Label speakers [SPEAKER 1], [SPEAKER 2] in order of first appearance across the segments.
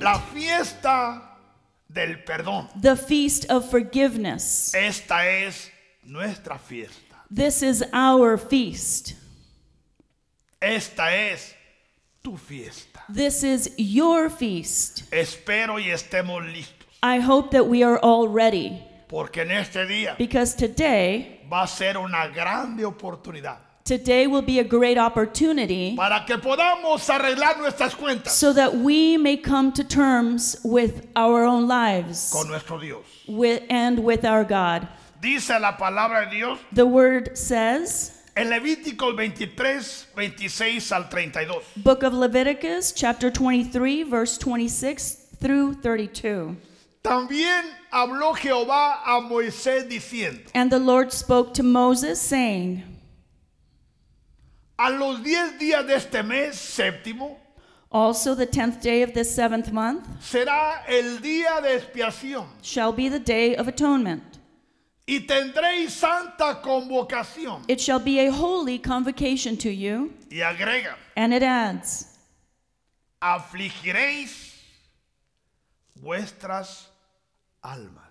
[SPEAKER 1] La fiesta del perdón.
[SPEAKER 2] the feast of forgiveness.
[SPEAKER 1] Esta es nuestra fiesta.
[SPEAKER 2] This is our feast.
[SPEAKER 1] Esta es tu fiesta.
[SPEAKER 2] This is your feast.
[SPEAKER 1] Espero y estemos listos.
[SPEAKER 2] I hope that we are all ready
[SPEAKER 1] Porque en este día
[SPEAKER 2] because today,
[SPEAKER 1] va a ser una grande oportunidad
[SPEAKER 2] today will be a great opportunity
[SPEAKER 1] para que podamos arreglar nuestras cuentas
[SPEAKER 2] so that we may come to terms with our own lives
[SPEAKER 1] con nuestro Dios.
[SPEAKER 2] with, and with our God.
[SPEAKER 1] Dice la palabra de Dios
[SPEAKER 2] The word says,
[SPEAKER 1] en Levíticos 23, 26 al 32.
[SPEAKER 2] Book of Leviticus, chapter 23, verse 26 through 32.
[SPEAKER 1] También habló Jehová a Moisés diciendo,
[SPEAKER 2] And the Lord spoke to Moses, saying,
[SPEAKER 1] a los diez días de este mes séptimo
[SPEAKER 2] Also the tenth day of this seventh month
[SPEAKER 1] será el día de expiación
[SPEAKER 2] shall be the day of atonement.
[SPEAKER 1] y tendréis santa convocación.
[SPEAKER 2] It shall be a holy convocation to you.
[SPEAKER 1] Y agrega,
[SPEAKER 2] And it adds,
[SPEAKER 1] afligiréis vuestras almas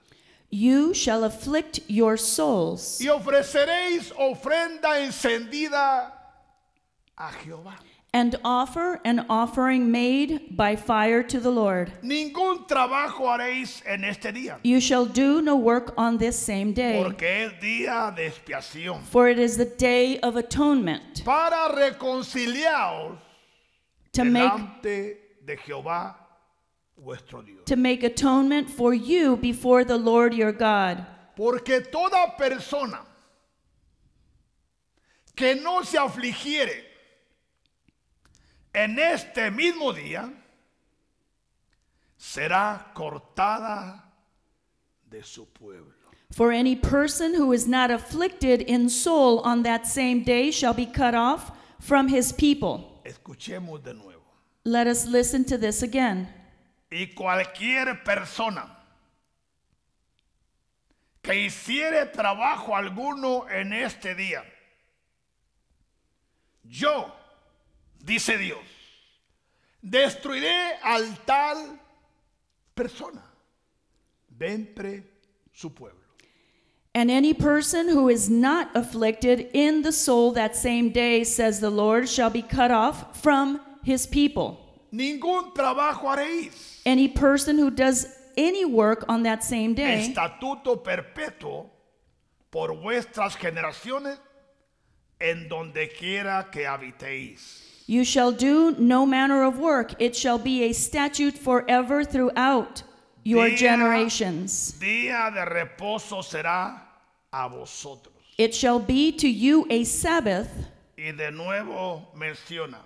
[SPEAKER 2] You shall afflict your souls,
[SPEAKER 1] y ofreceréis ofrenda encendida a Jehová.
[SPEAKER 2] and offer an offering made by fire to the Lord.
[SPEAKER 1] Ningún trabajo haréis en este día,
[SPEAKER 2] You shall do no work on this same day,
[SPEAKER 1] porque es día de expiación.
[SPEAKER 2] for it is the day of atonement,
[SPEAKER 1] Para reconciliaros
[SPEAKER 2] to make,
[SPEAKER 1] delante de Jehová vuestro Dios.
[SPEAKER 2] to make atonement for you before the Lord your God.
[SPEAKER 1] Porque toda persona que no se afligiere en este mismo día será cortada de su pueblo.
[SPEAKER 2] For any person who is not afflicted in soul on that same day shall be cut off from his people.
[SPEAKER 1] Escuchemos de nuevo.
[SPEAKER 2] Let us listen to this again.
[SPEAKER 1] Y cualquier persona que hiciere trabajo alguno en este día, yo, dice Dios, destruiré al tal persona de entre su pueblo.
[SPEAKER 2] And any person who is not afflicted in the soul that same day, says the Lord, shall be cut off from his people.
[SPEAKER 1] Ningún trabajo haréis.
[SPEAKER 2] Any person who does any work on that same day,
[SPEAKER 1] Estatuto perpetuo por vuestras generaciones en donde quiera que habitéis.
[SPEAKER 2] you shall do no manner of work. It shall be a statute forever throughout your
[SPEAKER 1] Día
[SPEAKER 2] generations.
[SPEAKER 1] Día de reposo será a vosotros.
[SPEAKER 2] It shall be to you a Sabbath.
[SPEAKER 1] Y de nuevo menciona,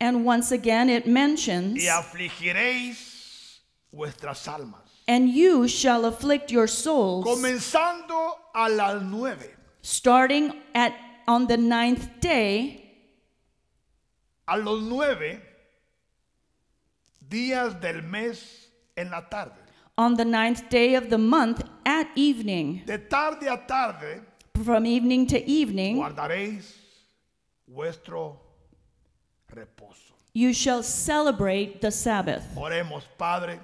[SPEAKER 2] And once again it mentions,
[SPEAKER 1] y afligiréis vuestras almas.
[SPEAKER 2] and you shall afflict your souls,
[SPEAKER 1] Comenzando a las nueve,
[SPEAKER 2] starting at on the ninth day,
[SPEAKER 1] a los nueve días del mes en la tarde.
[SPEAKER 2] on the ninth day of the month at evening.
[SPEAKER 1] De tarde a tarde
[SPEAKER 2] From evening to evening,
[SPEAKER 1] guardaréis vuestro reposo.
[SPEAKER 2] you shall celebrate the Sabbath.
[SPEAKER 1] Oremos, Padre,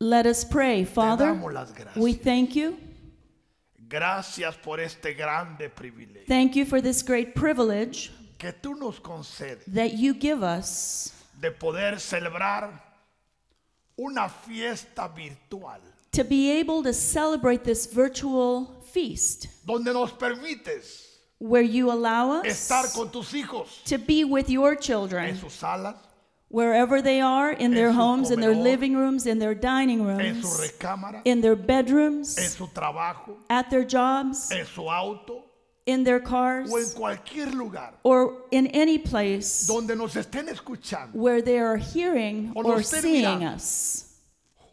[SPEAKER 2] Let us pray,
[SPEAKER 1] te
[SPEAKER 2] Father.
[SPEAKER 1] damos las
[SPEAKER 2] We
[SPEAKER 1] gracias.
[SPEAKER 2] thank you.
[SPEAKER 1] Gracias por este grande privilegio.
[SPEAKER 2] Thank you for this great privilege
[SPEAKER 1] que tú nos concedes
[SPEAKER 2] that you give us
[SPEAKER 1] de poder celebrar una fiesta virtual
[SPEAKER 2] to be able to celebrate this virtual feast.
[SPEAKER 1] donde nos permites
[SPEAKER 2] where you allow
[SPEAKER 1] estar
[SPEAKER 2] us
[SPEAKER 1] con tus hijos
[SPEAKER 2] to be with your
[SPEAKER 1] en
[SPEAKER 2] children
[SPEAKER 1] sus salas,
[SPEAKER 2] wherever they are in their
[SPEAKER 1] su
[SPEAKER 2] homes, in their
[SPEAKER 1] comedor,
[SPEAKER 2] living rooms, in their dining
[SPEAKER 1] en su
[SPEAKER 2] rooms,
[SPEAKER 1] recámara,
[SPEAKER 2] in their
[SPEAKER 1] en
[SPEAKER 2] bedrooms,
[SPEAKER 1] su trabajo,
[SPEAKER 2] at their jobs,
[SPEAKER 1] en su auto
[SPEAKER 2] in their
[SPEAKER 1] o en
[SPEAKER 2] cars,
[SPEAKER 1] cualquier lugar
[SPEAKER 2] or in any place
[SPEAKER 1] donde nos estén escuchando
[SPEAKER 2] where they are hearing
[SPEAKER 1] O
[SPEAKER 2] or
[SPEAKER 1] nos estén
[SPEAKER 2] seeing
[SPEAKER 1] mirando.
[SPEAKER 2] us.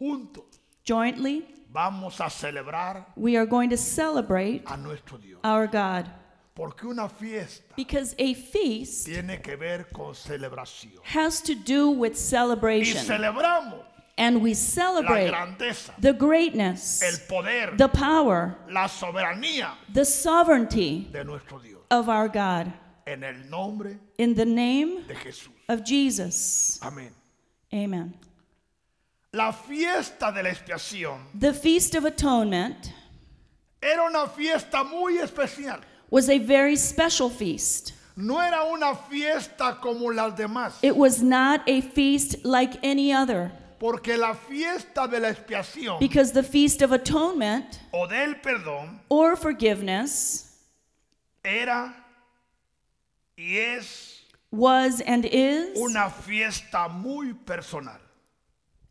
[SPEAKER 1] juntos.
[SPEAKER 2] Jointly,
[SPEAKER 1] Vamos a celebrar
[SPEAKER 2] we are going to celebrate
[SPEAKER 1] a nuestro Dios,
[SPEAKER 2] our God
[SPEAKER 1] porque una fiesta
[SPEAKER 2] because a feast
[SPEAKER 1] tiene que ver con celebración.
[SPEAKER 2] has to do with
[SPEAKER 1] Y
[SPEAKER 2] celebration,
[SPEAKER 1] celebramos
[SPEAKER 2] and we
[SPEAKER 1] la
[SPEAKER 2] celebrate
[SPEAKER 1] grandeza,
[SPEAKER 2] the greatness,
[SPEAKER 1] el poder,
[SPEAKER 2] the power,
[SPEAKER 1] la soberanía
[SPEAKER 2] the sovereignty
[SPEAKER 1] de nuestro Dios.
[SPEAKER 2] of our God
[SPEAKER 1] En el nombre
[SPEAKER 2] in the name
[SPEAKER 1] de Jesús.
[SPEAKER 2] of Jesus.
[SPEAKER 1] Amén.
[SPEAKER 2] Amen.
[SPEAKER 1] la fiesta de la expiación.
[SPEAKER 2] The Feast of Atonement
[SPEAKER 1] Era una fiesta muy especial.
[SPEAKER 2] was a very special feast.
[SPEAKER 1] No era una fiesta como las demás,
[SPEAKER 2] It was not a feast like any other
[SPEAKER 1] porque la fiesta de la expiación
[SPEAKER 2] because the Feast of Atonement
[SPEAKER 1] o del perdón
[SPEAKER 2] or forgiveness
[SPEAKER 1] era y es
[SPEAKER 2] was and is
[SPEAKER 1] una fiesta muy personal,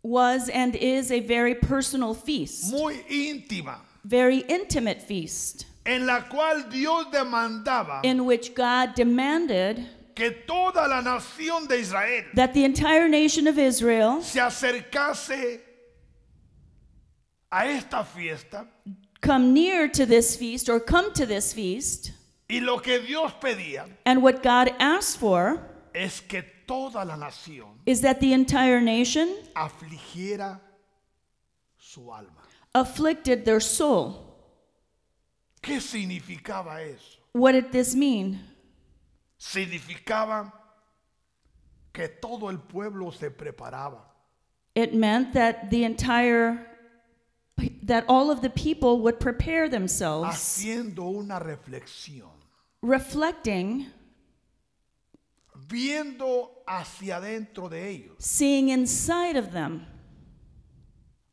[SPEAKER 2] was and is a very personal feast,
[SPEAKER 1] muy íntima,
[SPEAKER 2] very intimate feast
[SPEAKER 1] en la cual Dios demandaba
[SPEAKER 2] in which God demanded
[SPEAKER 1] que toda la nación de Israel
[SPEAKER 2] that the entire nation of Israel
[SPEAKER 1] se acercase a esta fiesta
[SPEAKER 2] come near to this feast or come to this feast.
[SPEAKER 1] y lo que Dios pedía
[SPEAKER 2] And what God asked for
[SPEAKER 1] es que toda la nación
[SPEAKER 2] is that the entire nation
[SPEAKER 1] afligiera su alma.
[SPEAKER 2] afflicted their soul.
[SPEAKER 1] ¿Qué significaba eso?
[SPEAKER 2] What did this mean?
[SPEAKER 1] Significaba que todo el pueblo se preparaba
[SPEAKER 2] It meant that the entire that all of the people would prepare themselves,
[SPEAKER 1] haciendo una reflexión,
[SPEAKER 2] reflecting,
[SPEAKER 1] viendo hacia adentro de ellos,
[SPEAKER 2] seeing inside of them,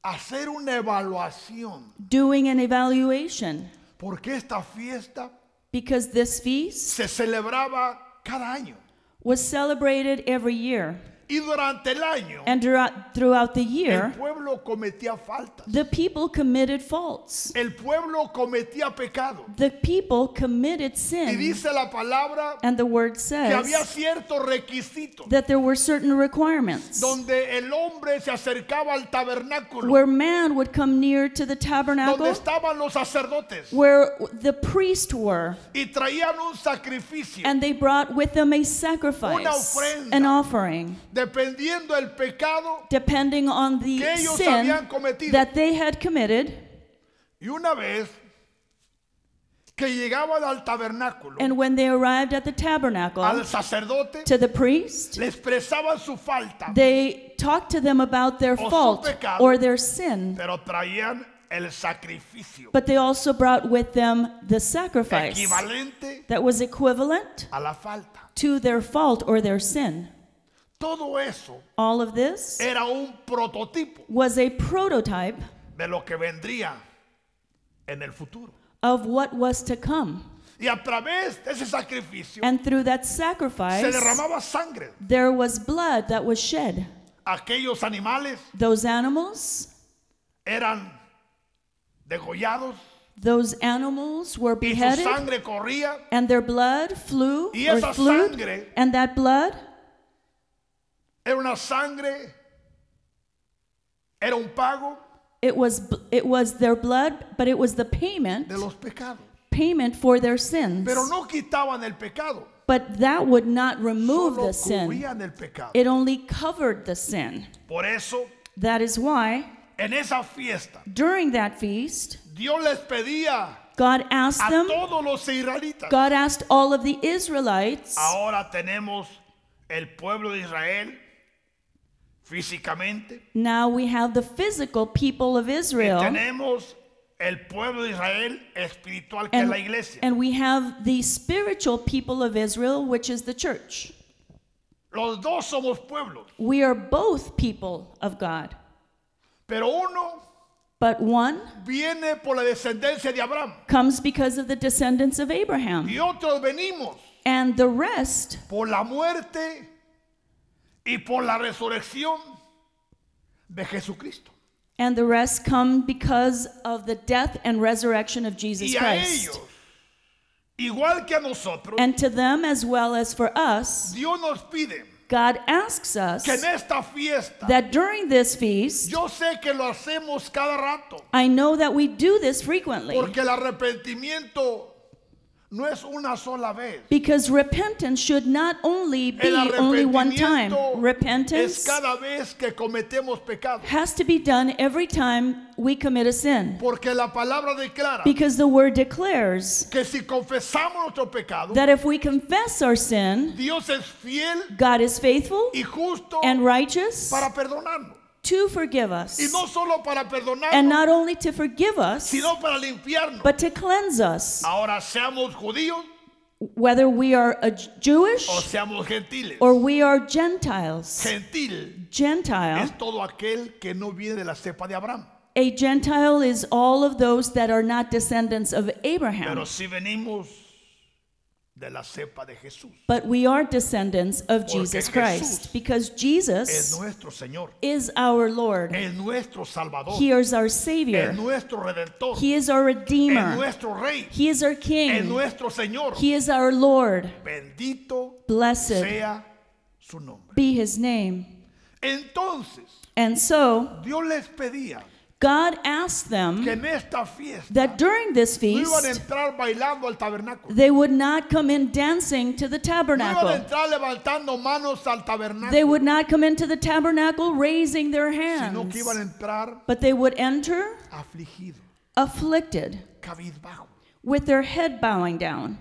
[SPEAKER 1] hacer una evaluación,
[SPEAKER 2] doing an evaluation,
[SPEAKER 1] porque esta fiesta
[SPEAKER 2] because this feast
[SPEAKER 1] se celebraba cada año
[SPEAKER 2] was celebrated every year.
[SPEAKER 1] y durante el año
[SPEAKER 2] And throughout, throughout the
[SPEAKER 1] el
[SPEAKER 2] year,
[SPEAKER 1] pueblo cometía faltas,
[SPEAKER 2] the people committed faults.
[SPEAKER 1] el pueblo cometía pecado
[SPEAKER 2] The people committed
[SPEAKER 1] y
[SPEAKER 2] sin.
[SPEAKER 1] dice la palabra
[SPEAKER 2] And the word
[SPEAKER 1] que había
[SPEAKER 2] says
[SPEAKER 1] ciertos requisitos
[SPEAKER 2] that there were certain requirements
[SPEAKER 1] donde el hombre se acercaba al tabernáculo
[SPEAKER 2] where man would come near to the
[SPEAKER 1] donde
[SPEAKER 2] tabernacle,
[SPEAKER 1] estaban los sacerdotes
[SPEAKER 2] where the priests were,
[SPEAKER 1] y traían un sacrificio
[SPEAKER 2] and they brought with them a
[SPEAKER 1] Una
[SPEAKER 2] sacrifice,
[SPEAKER 1] ofrenda.
[SPEAKER 2] an offering,
[SPEAKER 1] dependiendo el pecado
[SPEAKER 2] depending on the
[SPEAKER 1] que ellos
[SPEAKER 2] sin
[SPEAKER 1] habían cometido.
[SPEAKER 2] that they had committed.
[SPEAKER 1] Y una vez que llegaban al tabernáculo,
[SPEAKER 2] And when they arrived at the
[SPEAKER 1] al
[SPEAKER 2] tabernacle
[SPEAKER 1] sacerdote
[SPEAKER 2] to the priest,
[SPEAKER 1] le expresaban su falta,
[SPEAKER 2] they talked to them about their
[SPEAKER 1] O su
[SPEAKER 2] fault
[SPEAKER 1] pecado.
[SPEAKER 2] or their sin,
[SPEAKER 1] pero traían el sacrificio
[SPEAKER 2] but they also brought with them the sacrifice
[SPEAKER 1] equivalente
[SPEAKER 2] that was equivalent
[SPEAKER 1] a la falta.
[SPEAKER 2] to their fault or their sin.
[SPEAKER 1] Todo eso
[SPEAKER 2] All of this
[SPEAKER 1] era un prototipo
[SPEAKER 2] was a prototype
[SPEAKER 1] de lo que vendría en el futuro.
[SPEAKER 2] of what was to come.
[SPEAKER 1] Y a través de ese sacrificio
[SPEAKER 2] And through that
[SPEAKER 1] se
[SPEAKER 2] sacrifice,
[SPEAKER 1] derramaba sangre.
[SPEAKER 2] there was blood that was shed.
[SPEAKER 1] Aquellos animales
[SPEAKER 2] Those animals,
[SPEAKER 1] eran degollados
[SPEAKER 2] those animals were
[SPEAKER 1] y su
[SPEAKER 2] beheaded,
[SPEAKER 1] sangre corría
[SPEAKER 2] and their blood flew
[SPEAKER 1] Y
[SPEAKER 2] or
[SPEAKER 1] esa
[SPEAKER 2] flew,
[SPEAKER 1] sangre-
[SPEAKER 2] and that blood
[SPEAKER 1] era una sangre era un pago
[SPEAKER 2] it was b- it was their blood, but it was the payment
[SPEAKER 1] de los pecados
[SPEAKER 2] payment for their sins.
[SPEAKER 1] pero no quitaban el pecado
[SPEAKER 2] but that would not remove
[SPEAKER 1] solo
[SPEAKER 2] the sin.
[SPEAKER 1] cubrían el pecado
[SPEAKER 2] It only covered the sin.
[SPEAKER 1] por eso
[SPEAKER 2] That is why
[SPEAKER 1] en esa fiesta
[SPEAKER 2] during that feast,
[SPEAKER 1] Dios les pedía
[SPEAKER 2] God asked
[SPEAKER 1] a
[SPEAKER 2] them,
[SPEAKER 1] todos los israelitas
[SPEAKER 2] God asked all of the Israelites,
[SPEAKER 1] ahora tenemos el pueblo de Israel físicamente
[SPEAKER 2] now we have the physical people of Israel,
[SPEAKER 1] tenemos el pueblo de Israel espiritual que es
[SPEAKER 2] and,
[SPEAKER 1] la iglesia
[SPEAKER 2] and we have the spiritual people of Israel, which is the church.
[SPEAKER 1] los dos somos pueblos
[SPEAKER 2] We are both people of God,
[SPEAKER 1] Pero uno
[SPEAKER 2] but one
[SPEAKER 1] viene por la descendencia de Abraham
[SPEAKER 2] comes because of the descendants of Abraham,
[SPEAKER 1] y otros venimos
[SPEAKER 2] and the rest
[SPEAKER 1] por la muerte y por la resurrección de Jesucristo.
[SPEAKER 2] and the rest come because of the death and resurrection of Jesus
[SPEAKER 1] Y a
[SPEAKER 2] Christ.
[SPEAKER 1] ellos, igual que a nosotros,
[SPEAKER 2] And to them as well as for us,
[SPEAKER 1] Dios nos pide
[SPEAKER 2] God asks us
[SPEAKER 1] que en esta fiesta,
[SPEAKER 2] that during this feast,
[SPEAKER 1] yo sé que lo hacemos cada rato,
[SPEAKER 2] I know that we do this frequently
[SPEAKER 1] porque el arrepentimiento no es una sola vez.
[SPEAKER 2] because repentance should not only be
[SPEAKER 1] El
[SPEAKER 2] only one time.
[SPEAKER 1] arrepentimiento es
[SPEAKER 2] Repentance
[SPEAKER 1] cada vez que cometemos pecado,
[SPEAKER 2] has to be done every time we commit a sin
[SPEAKER 1] porque la palabra declara
[SPEAKER 2] because the word declares
[SPEAKER 1] que si confesamos nuestro pecado,
[SPEAKER 2] that if we confess our sin,
[SPEAKER 1] Dios es fiel
[SPEAKER 2] God is faithful
[SPEAKER 1] y justo
[SPEAKER 2] and righteous
[SPEAKER 1] para perdonarnos.
[SPEAKER 2] to forgive us.
[SPEAKER 1] Y no solo para
[SPEAKER 2] And
[SPEAKER 1] perdonarnos,
[SPEAKER 2] not only to forgive us,
[SPEAKER 1] sino para limpiarnos.
[SPEAKER 2] but to cleanse us,
[SPEAKER 1] Ahora seamos judíos
[SPEAKER 2] whether we are a Jewish
[SPEAKER 1] o seamos gentiles.
[SPEAKER 2] or we are Gentiles.
[SPEAKER 1] Gentil
[SPEAKER 2] Gentile,
[SPEAKER 1] es todo aquel que no viene de la cepa de Abraham.
[SPEAKER 2] a Gentile is all of those that are not descendants of
[SPEAKER 1] Pero
[SPEAKER 2] Abraham,
[SPEAKER 1] si venimos de la cepa de Jesús,
[SPEAKER 2] but we are descendants of
[SPEAKER 1] Porque
[SPEAKER 2] Jesus
[SPEAKER 1] Jesús
[SPEAKER 2] Christ because
[SPEAKER 1] es
[SPEAKER 2] Jesus
[SPEAKER 1] nuestro Señor,
[SPEAKER 2] is our Lord.
[SPEAKER 1] es nuestro Salvador,
[SPEAKER 2] He is our
[SPEAKER 1] es
[SPEAKER 2] Savior.
[SPEAKER 1] nuestro Redentor,
[SPEAKER 2] He is our
[SPEAKER 1] es
[SPEAKER 2] Redeemer.
[SPEAKER 1] nuestro Rey,
[SPEAKER 2] He is our
[SPEAKER 1] es
[SPEAKER 2] King.
[SPEAKER 1] nuestro Señor.
[SPEAKER 2] He is our Lord.
[SPEAKER 1] Bendito
[SPEAKER 2] Blessed
[SPEAKER 1] sea su nombre.
[SPEAKER 2] be his name.
[SPEAKER 1] Entonces,
[SPEAKER 2] And so
[SPEAKER 1] Dios les pedía
[SPEAKER 2] God asked
[SPEAKER 1] que
[SPEAKER 2] them
[SPEAKER 1] en esta fiesta
[SPEAKER 2] that during this
[SPEAKER 1] no iban a
[SPEAKER 2] feast,
[SPEAKER 1] entrar bailando al tabernáculo.
[SPEAKER 2] they would not come in dancing to the
[SPEAKER 1] No iban a
[SPEAKER 2] tabernacle.
[SPEAKER 1] entrar levantando manos al
[SPEAKER 2] They
[SPEAKER 1] tabernáculo,
[SPEAKER 2] would not come into the tabernacle raising their
[SPEAKER 1] sino que
[SPEAKER 2] hands,
[SPEAKER 1] iban a entrar
[SPEAKER 2] but they would enter
[SPEAKER 1] afligidos,
[SPEAKER 2] afflicted,
[SPEAKER 1] cabizbajos,
[SPEAKER 2] with their head bowing down,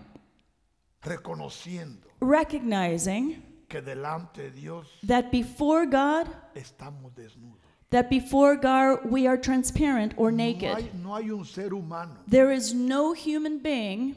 [SPEAKER 1] reconociendo
[SPEAKER 2] recognizing
[SPEAKER 1] que delante de Dios
[SPEAKER 2] that before God,
[SPEAKER 1] estamos desnudos.
[SPEAKER 2] that before God we are transparent or
[SPEAKER 1] No
[SPEAKER 2] naked.
[SPEAKER 1] hay, no hay un ser humano
[SPEAKER 2] There is no human being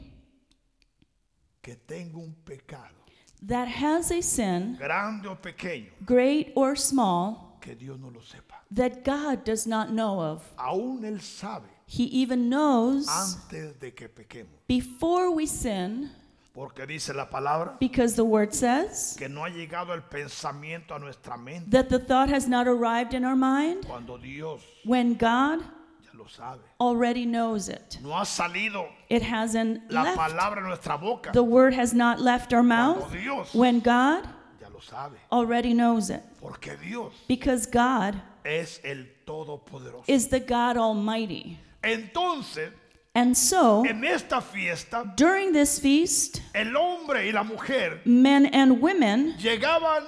[SPEAKER 1] que tenga un pecado,
[SPEAKER 2] that has a sin,
[SPEAKER 1] grande o pequeño,
[SPEAKER 2] great or small,
[SPEAKER 1] que Dios no lo sepa.
[SPEAKER 2] that God does not know of.
[SPEAKER 1] Aún Él sabe
[SPEAKER 2] He even knows
[SPEAKER 1] antes de que pequemos.
[SPEAKER 2] before we sin,
[SPEAKER 1] Porque dice la palabra
[SPEAKER 2] because the word says
[SPEAKER 1] que no ha llegado el pensamiento a nuestra mente
[SPEAKER 2] that the thought has not arrived in our mind
[SPEAKER 1] cuando Dios
[SPEAKER 2] when God
[SPEAKER 1] ya lo sabe.
[SPEAKER 2] already knows it.
[SPEAKER 1] No ha salido
[SPEAKER 2] It hasn't
[SPEAKER 1] la
[SPEAKER 2] left.
[SPEAKER 1] palabra en nuestra boca
[SPEAKER 2] The word has not left our
[SPEAKER 1] cuando
[SPEAKER 2] mouth
[SPEAKER 1] Dios
[SPEAKER 2] when God
[SPEAKER 1] ya lo sabe.
[SPEAKER 2] already knows it.
[SPEAKER 1] Porque Dios
[SPEAKER 2] Because God
[SPEAKER 1] es el Todopoderoso.
[SPEAKER 2] is the God Almighty.
[SPEAKER 1] Entonces,
[SPEAKER 2] And so,
[SPEAKER 1] en esta fiesta,
[SPEAKER 2] during this feast,
[SPEAKER 1] el hombre y la mujer
[SPEAKER 2] men and women
[SPEAKER 1] llegaban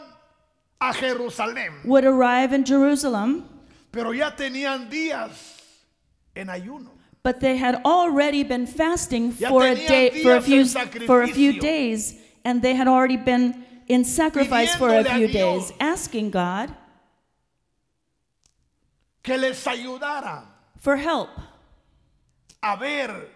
[SPEAKER 1] a Jerusalén,
[SPEAKER 2] would arrive in Jerusalem,
[SPEAKER 1] pero ya tenían días en ayuno.
[SPEAKER 2] but they had already been fasting
[SPEAKER 1] Ya
[SPEAKER 2] for a
[SPEAKER 1] tenían
[SPEAKER 2] day for a
[SPEAKER 1] días
[SPEAKER 2] few
[SPEAKER 1] en
[SPEAKER 2] for a few
[SPEAKER 1] sacrificio.
[SPEAKER 2] days, and they had already been in sacrifice for a
[SPEAKER 1] Pidiéndole a
[SPEAKER 2] few
[SPEAKER 1] Dios.
[SPEAKER 2] days, asking God
[SPEAKER 1] Que les ayudara
[SPEAKER 2] for help
[SPEAKER 1] a ver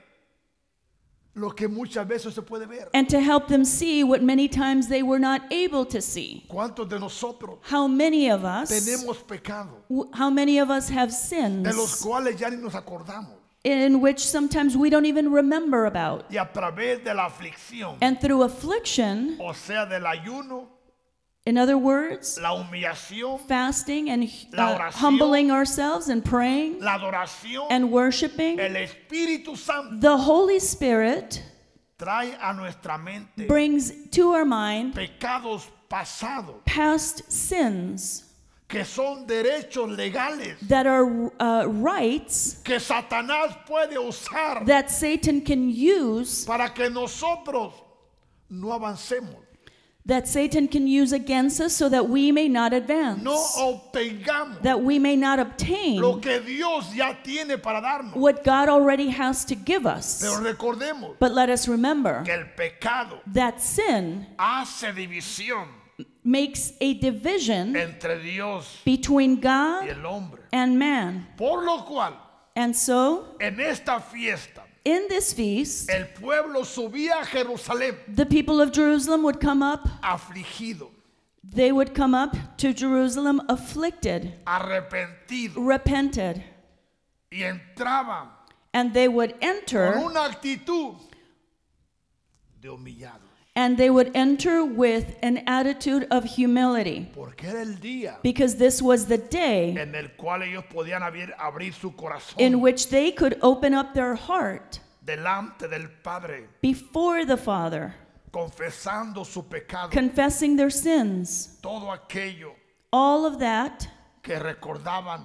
[SPEAKER 1] lo que muchas veces se puede ver.
[SPEAKER 2] and to help them see what many times they were not able to see.
[SPEAKER 1] ¿Cuántos de nosotros
[SPEAKER 2] How many of us
[SPEAKER 1] tenemos pecado
[SPEAKER 2] w- how many of us have
[SPEAKER 1] de los
[SPEAKER 2] sins
[SPEAKER 1] cuales ya ni nos acordamos?
[SPEAKER 2] in which sometimes we don't even remember about?
[SPEAKER 1] Y a través de la aflicción,
[SPEAKER 2] And through affliction,
[SPEAKER 1] o sea, del ayuno,
[SPEAKER 2] in other words,
[SPEAKER 1] la humillación,
[SPEAKER 2] fasting and hu-
[SPEAKER 1] La
[SPEAKER 2] uh,
[SPEAKER 1] oración.
[SPEAKER 2] humbling ourselves and praying
[SPEAKER 1] la adoración,
[SPEAKER 2] and worshiping,
[SPEAKER 1] el Espíritu Santo
[SPEAKER 2] the Holy Spirit
[SPEAKER 1] trae a nuestra mente
[SPEAKER 2] brings to our mind
[SPEAKER 1] pecados pasados
[SPEAKER 2] past sins
[SPEAKER 1] que son derechos legales
[SPEAKER 2] that are uh, rights
[SPEAKER 1] que Satanás puede usar
[SPEAKER 2] that Satan can use,
[SPEAKER 1] para que nosotros no avancemos,
[SPEAKER 2] that Satan can use against us so that we may not advance,
[SPEAKER 1] no oh, obtengamos
[SPEAKER 2] that we may not obtain
[SPEAKER 1] lo que Dios ya tiene para darnos.
[SPEAKER 2] what God already has to give us.
[SPEAKER 1] Pero recordemos
[SPEAKER 2] But let us remember
[SPEAKER 1] que el pecado
[SPEAKER 2] that sin
[SPEAKER 1] hace división
[SPEAKER 2] makes a division
[SPEAKER 1] entre Dios
[SPEAKER 2] between
[SPEAKER 1] y
[SPEAKER 2] God
[SPEAKER 1] el hombre.
[SPEAKER 2] and man.
[SPEAKER 1] Por lo cual,
[SPEAKER 2] And so,
[SPEAKER 1] en esta fiesta,
[SPEAKER 2] in this feast,
[SPEAKER 1] el pueblo subía a Jerusalén
[SPEAKER 2] the people of Jerusalem would come up,
[SPEAKER 1] afligido,
[SPEAKER 2] they would come up to Jerusalem afflicted,
[SPEAKER 1] arrepentido,
[SPEAKER 2] repented,
[SPEAKER 1] y entraban
[SPEAKER 2] and they would
[SPEAKER 1] con
[SPEAKER 2] enter
[SPEAKER 1] una actitud de humillado,
[SPEAKER 2] and they would enter with an attitude of humility
[SPEAKER 1] porque era el día
[SPEAKER 2] because this was the day
[SPEAKER 1] en el cual ellos podían abrir, abrir su
[SPEAKER 2] in
[SPEAKER 1] corazón
[SPEAKER 2] which they could open up their heart
[SPEAKER 1] delante del Padre,
[SPEAKER 2] before the Father,
[SPEAKER 1] confesando su pecado,
[SPEAKER 2] confessing their sins.
[SPEAKER 1] todo aquello
[SPEAKER 2] All of that,
[SPEAKER 1] que recordaban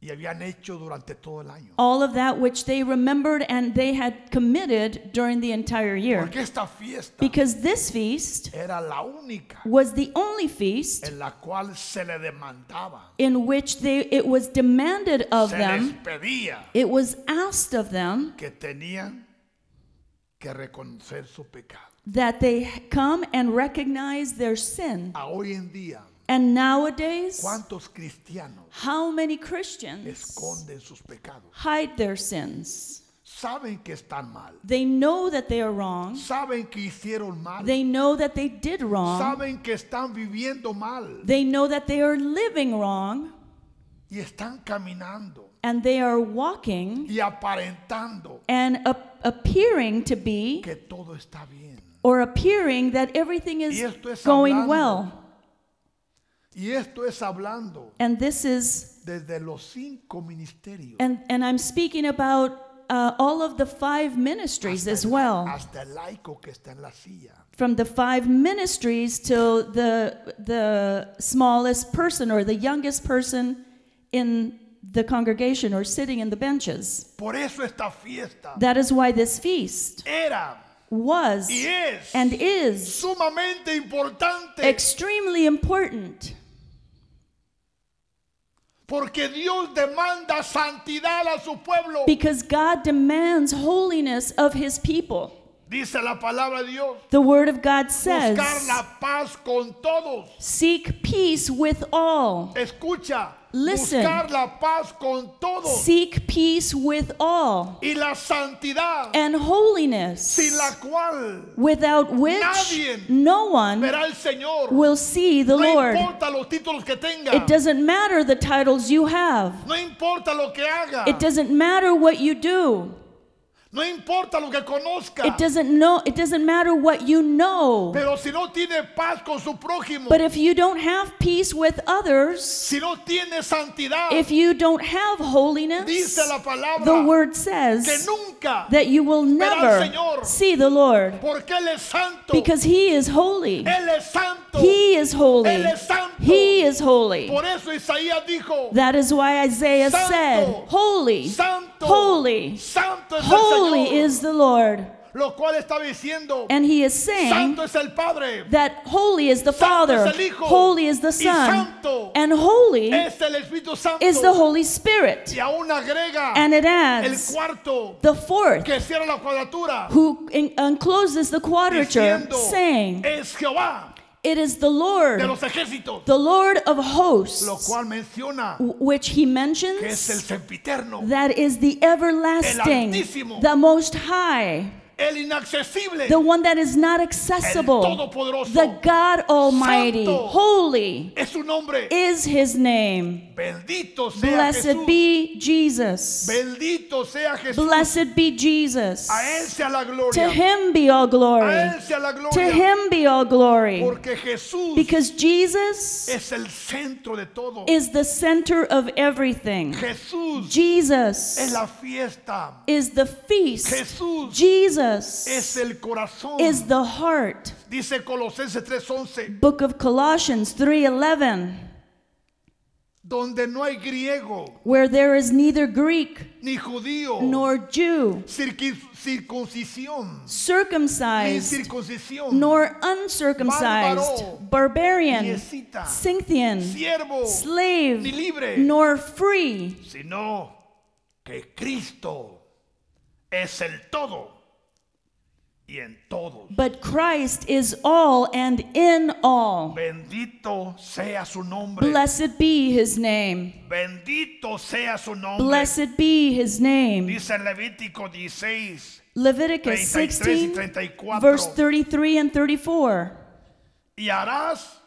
[SPEAKER 1] y habían hecho durante todo el año.
[SPEAKER 2] all of that which they remembered and they had committed during the entire year.
[SPEAKER 1] Porque esta fiesta
[SPEAKER 2] Because this feast
[SPEAKER 1] era la única
[SPEAKER 2] was the only feast
[SPEAKER 1] en la cual se le demandaba,
[SPEAKER 2] in which they, it was demanded of
[SPEAKER 1] se les
[SPEAKER 2] them,
[SPEAKER 1] pedía
[SPEAKER 2] it was asked of them
[SPEAKER 1] que tenían que reconocer su pecado.
[SPEAKER 2] that they come and recognize their sin.
[SPEAKER 1] A hoy en día,
[SPEAKER 2] And nowadays,
[SPEAKER 1] ¿Cuántos cristianos
[SPEAKER 2] how many Christians
[SPEAKER 1] esconden sus pecados?
[SPEAKER 2] hide their sins?
[SPEAKER 1] Saben que están mal.
[SPEAKER 2] They know that they are wrong.
[SPEAKER 1] Saben que hicieron mal.
[SPEAKER 2] They know that they did wrong.
[SPEAKER 1] Saben que están viviendo mal.
[SPEAKER 2] They know that they are living wrong
[SPEAKER 1] Y están caminando
[SPEAKER 2] and they are walking
[SPEAKER 1] y aparentando
[SPEAKER 2] and ap- appearing to be
[SPEAKER 1] que todo está bien.
[SPEAKER 2] or appearing that everything
[SPEAKER 1] Y
[SPEAKER 2] is
[SPEAKER 1] esto es hablando.
[SPEAKER 2] going well.
[SPEAKER 1] Y esto es hablando
[SPEAKER 2] And this is,
[SPEAKER 1] desde los cinco ministerios
[SPEAKER 2] and, and I'm speaking about uh, all of the five ministries as well.
[SPEAKER 1] hasta el laico que está en la silla.
[SPEAKER 2] From the five ministries till the, the smallest person or the youngest person in the congregation or sitting in the benches.
[SPEAKER 1] Por eso esta fiesta
[SPEAKER 2] That is why this feast
[SPEAKER 1] era
[SPEAKER 2] was
[SPEAKER 1] y es
[SPEAKER 2] and is
[SPEAKER 1] sumamente importante
[SPEAKER 2] extremely important
[SPEAKER 1] porque Dios demanda santidad a su pueblo.
[SPEAKER 2] because God demands holiness of his people.
[SPEAKER 1] Dice la palabra de Dios.
[SPEAKER 2] The word of God
[SPEAKER 1] Buscar
[SPEAKER 2] says,
[SPEAKER 1] la paz con todos.
[SPEAKER 2] Seek peace with all.
[SPEAKER 1] Escucha.
[SPEAKER 2] Listen.
[SPEAKER 1] Buscar la paz con todos.
[SPEAKER 2] Seek peace with all
[SPEAKER 1] Y la santidad
[SPEAKER 2] and holiness,
[SPEAKER 1] sin la cual
[SPEAKER 2] without which
[SPEAKER 1] Nadie
[SPEAKER 2] no one
[SPEAKER 1] verá el Señor.
[SPEAKER 2] will see the
[SPEAKER 1] no
[SPEAKER 2] Lord.
[SPEAKER 1] importa los títulos que tenga.
[SPEAKER 2] It doesn't matter the titles you have,
[SPEAKER 1] no importa lo que haga.
[SPEAKER 2] it doesn't matter what you do,
[SPEAKER 1] no importa lo que conozca.
[SPEAKER 2] it doesn't, know, it doesn't matter what you know.
[SPEAKER 1] Pero si no tiene paz con su prójimo,
[SPEAKER 2] But if you don't have peace with others,
[SPEAKER 1] si no tiene santidad,
[SPEAKER 2] if you don't have holiness,
[SPEAKER 1] dice la palabra
[SPEAKER 2] the word
[SPEAKER 1] que
[SPEAKER 2] says
[SPEAKER 1] nunca,
[SPEAKER 2] that you will never
[SPEAKER 1] Señor.
[SPEAKER 2] see the Lord.
[SPEAKER 1] porque Él es santo,
[SPEAKER 2] Because he is holy.
[SPEAKER 1] Él es santo.
[SPEAKER 2] He is holy.
[SPEAKER 1] Él es santo.
[SPEAKER 2] He is holy.
[SPEAKER 1] Por eso Isaías dijo,
[SPEAKER 2] That is why Isaiah
[SPEAKER 1] Santo.
[SPEAKER 2] said, Holy,
[SPEAKER 1] santo,
[SPEAKER 2] holy,
[SPEAKER 1] santo es el
[SPEAKER 2] holy
[SPEAKER 1] Señor,
[SPEAKER 2] is the Lord.
[SPEAKER 1] lo cual estaba diciendo,
[SPEAKER 2] And he is saying
[SPEAKER 1] santo es el Padre,
[SPEAKER 2] that holy is the
[SPEAKER 1] Santo
[SPEAKER 2] Father,
[SPEAKER 1] es el Hijo.
[SPEAKER 2] holy is the
[SPEAKER 1] Y
[SPEAKER 2] Son,
[SPEAKER 1] santo
[SPEAKER 2] and holy
[SPEAKER 1] es el Espíritu Santo.
[SPEAKER 2] is the Holy Spirit.
[SPEAKER 1] y aún agrega
[SPEAKER 2] And it
[SPEAKER 1] el
[SPEAKER 2] adds
[SPEAKER 1] cuarto
[SPEAKER 2] the fourth,
[SPEAKER 1] que cierra la cuadratura,
[SPEAKER 2] who en- encloses the quadrature,
[SPEAKER 1] diciendo,
[SPEAKER 2] saying,
[SPEAKER 1] es Jehová
[SPEAKER 2] It is the
[SPEAKER 1] de
[SPEAKER 2] Lord,
[SPEAKER 1] los ejércitos,
[SPEAKER 2] the Lord of
[SPEAKER 1] lo
[SPEAKER 2] hosts,
[SPEAKER 1] cual menciona
[SPEAKER 2] w- which he
[SPEAKER 1] que es
[SPEAKER 2] mentions
[SPEAKER 1] el sempiterno,
[SPEAKER 2] that is the everlasting,
[SPEAKER 1] El Altísimo.
[SPEAKER 2] the Most High,
[SPEAKER 1] el inaccesible,
[SPEAKER 2] the one that is not
[SPEAKER 1] El
[SPEAKER 2] accessible,
[SPEAKER 1] Todopoderoso.
[SPEAKER 2] the God Almighty,
[SPEAKER 1] Santo.
[SPEAKER 2] holy
[SPEAKER 1] es su nombre.
[SPEAKER 2] is his name.
[SPEAKER 1] Bendito sea
[SPEAKER 2] Blessed
[SPEAKER 1] Jesús.
[SPEAKER 2] be Jesus.
[SPEAKER 1] Bendito sea Jesús.
[SPEAKER 2] Blessed be Jesus.
[SPEAKER 1] A él sea la
[SPEAKER 2] To
[SPEAKER 1] gloria.
[SPEAKER 2] him be all
[SPEAKER 1] A
[SPEAKER 2] glory.
[SPEAKER 1] él sea la
[SPEAKER 2] To
[SPEAKER 1] gloria.
[SPEAKER 2] him be all glory.
[SPEAKER 1] Porque Jesús
[SPEAKER 2] Because Jesus
[SPEAKER 1] es el centro de todo.
[SPEAKER 2] is the center of everything.
[SPEAKER 1] Jesús es
[SPEAKER 2] Jesus
[SPEAKER 1] la fiesta.
[SPEAKER 2] is the feast.
[SPEAKER 1] Jesús
[SPEAKER 2] Jesus
[SPEAKER 1] es el corazón.
[SPEAKER 2] is the heart.
[SPEAKER 1] Dice Colosenses 3:11,
[SPEAKER 2] Book of Colossians 3:11,
[SPEAKER 1] donde no hay griego
[SPEAKER 2] where there is neither Greek
[SPEAKER 1] ni judío,
[SPEAKER 2] nor Jew,
[SPEAKER 1] circun- circuncisión ni
[SPEAKER 2] circumcised
[SPEAKER 1] circuncisión,
[SPEAKER 2] nor uncircumcised,
[SPEAKER 1] Bárbaro.
[SPEAKER 2] barbarian,
[SPEAKER 1] Niecita.
[SPEAKER 2] Scythian,
[SPEAKER 1] siervo, ni
[SPEAKER 2] slave,
[SPEAKER 1] libre,
[SPEAKER 2] nor free,
[SPEAKER 1] sino que Cristo es el todo y en todos.
[SPEAKER 2] but Christ is all and in all.
[SPEAKER 1] Bendito sea su nombre.
[SPEAKER 2] Blessed be his name.
[SPEAKER 1] Bendito sea su nombre.
[SPEAKER 2] Blessed be his name.
[SPEAKER 1] Dice en Levítico 16,
[SPEAKER 2] Leviticus
[SPEAKER 1] 33 y
[SPEAKER 2] 16,
[SPEAKER 1] 34.
[SPEAKER 2] verse 33 and 34.
[SPEAKER 1] y harás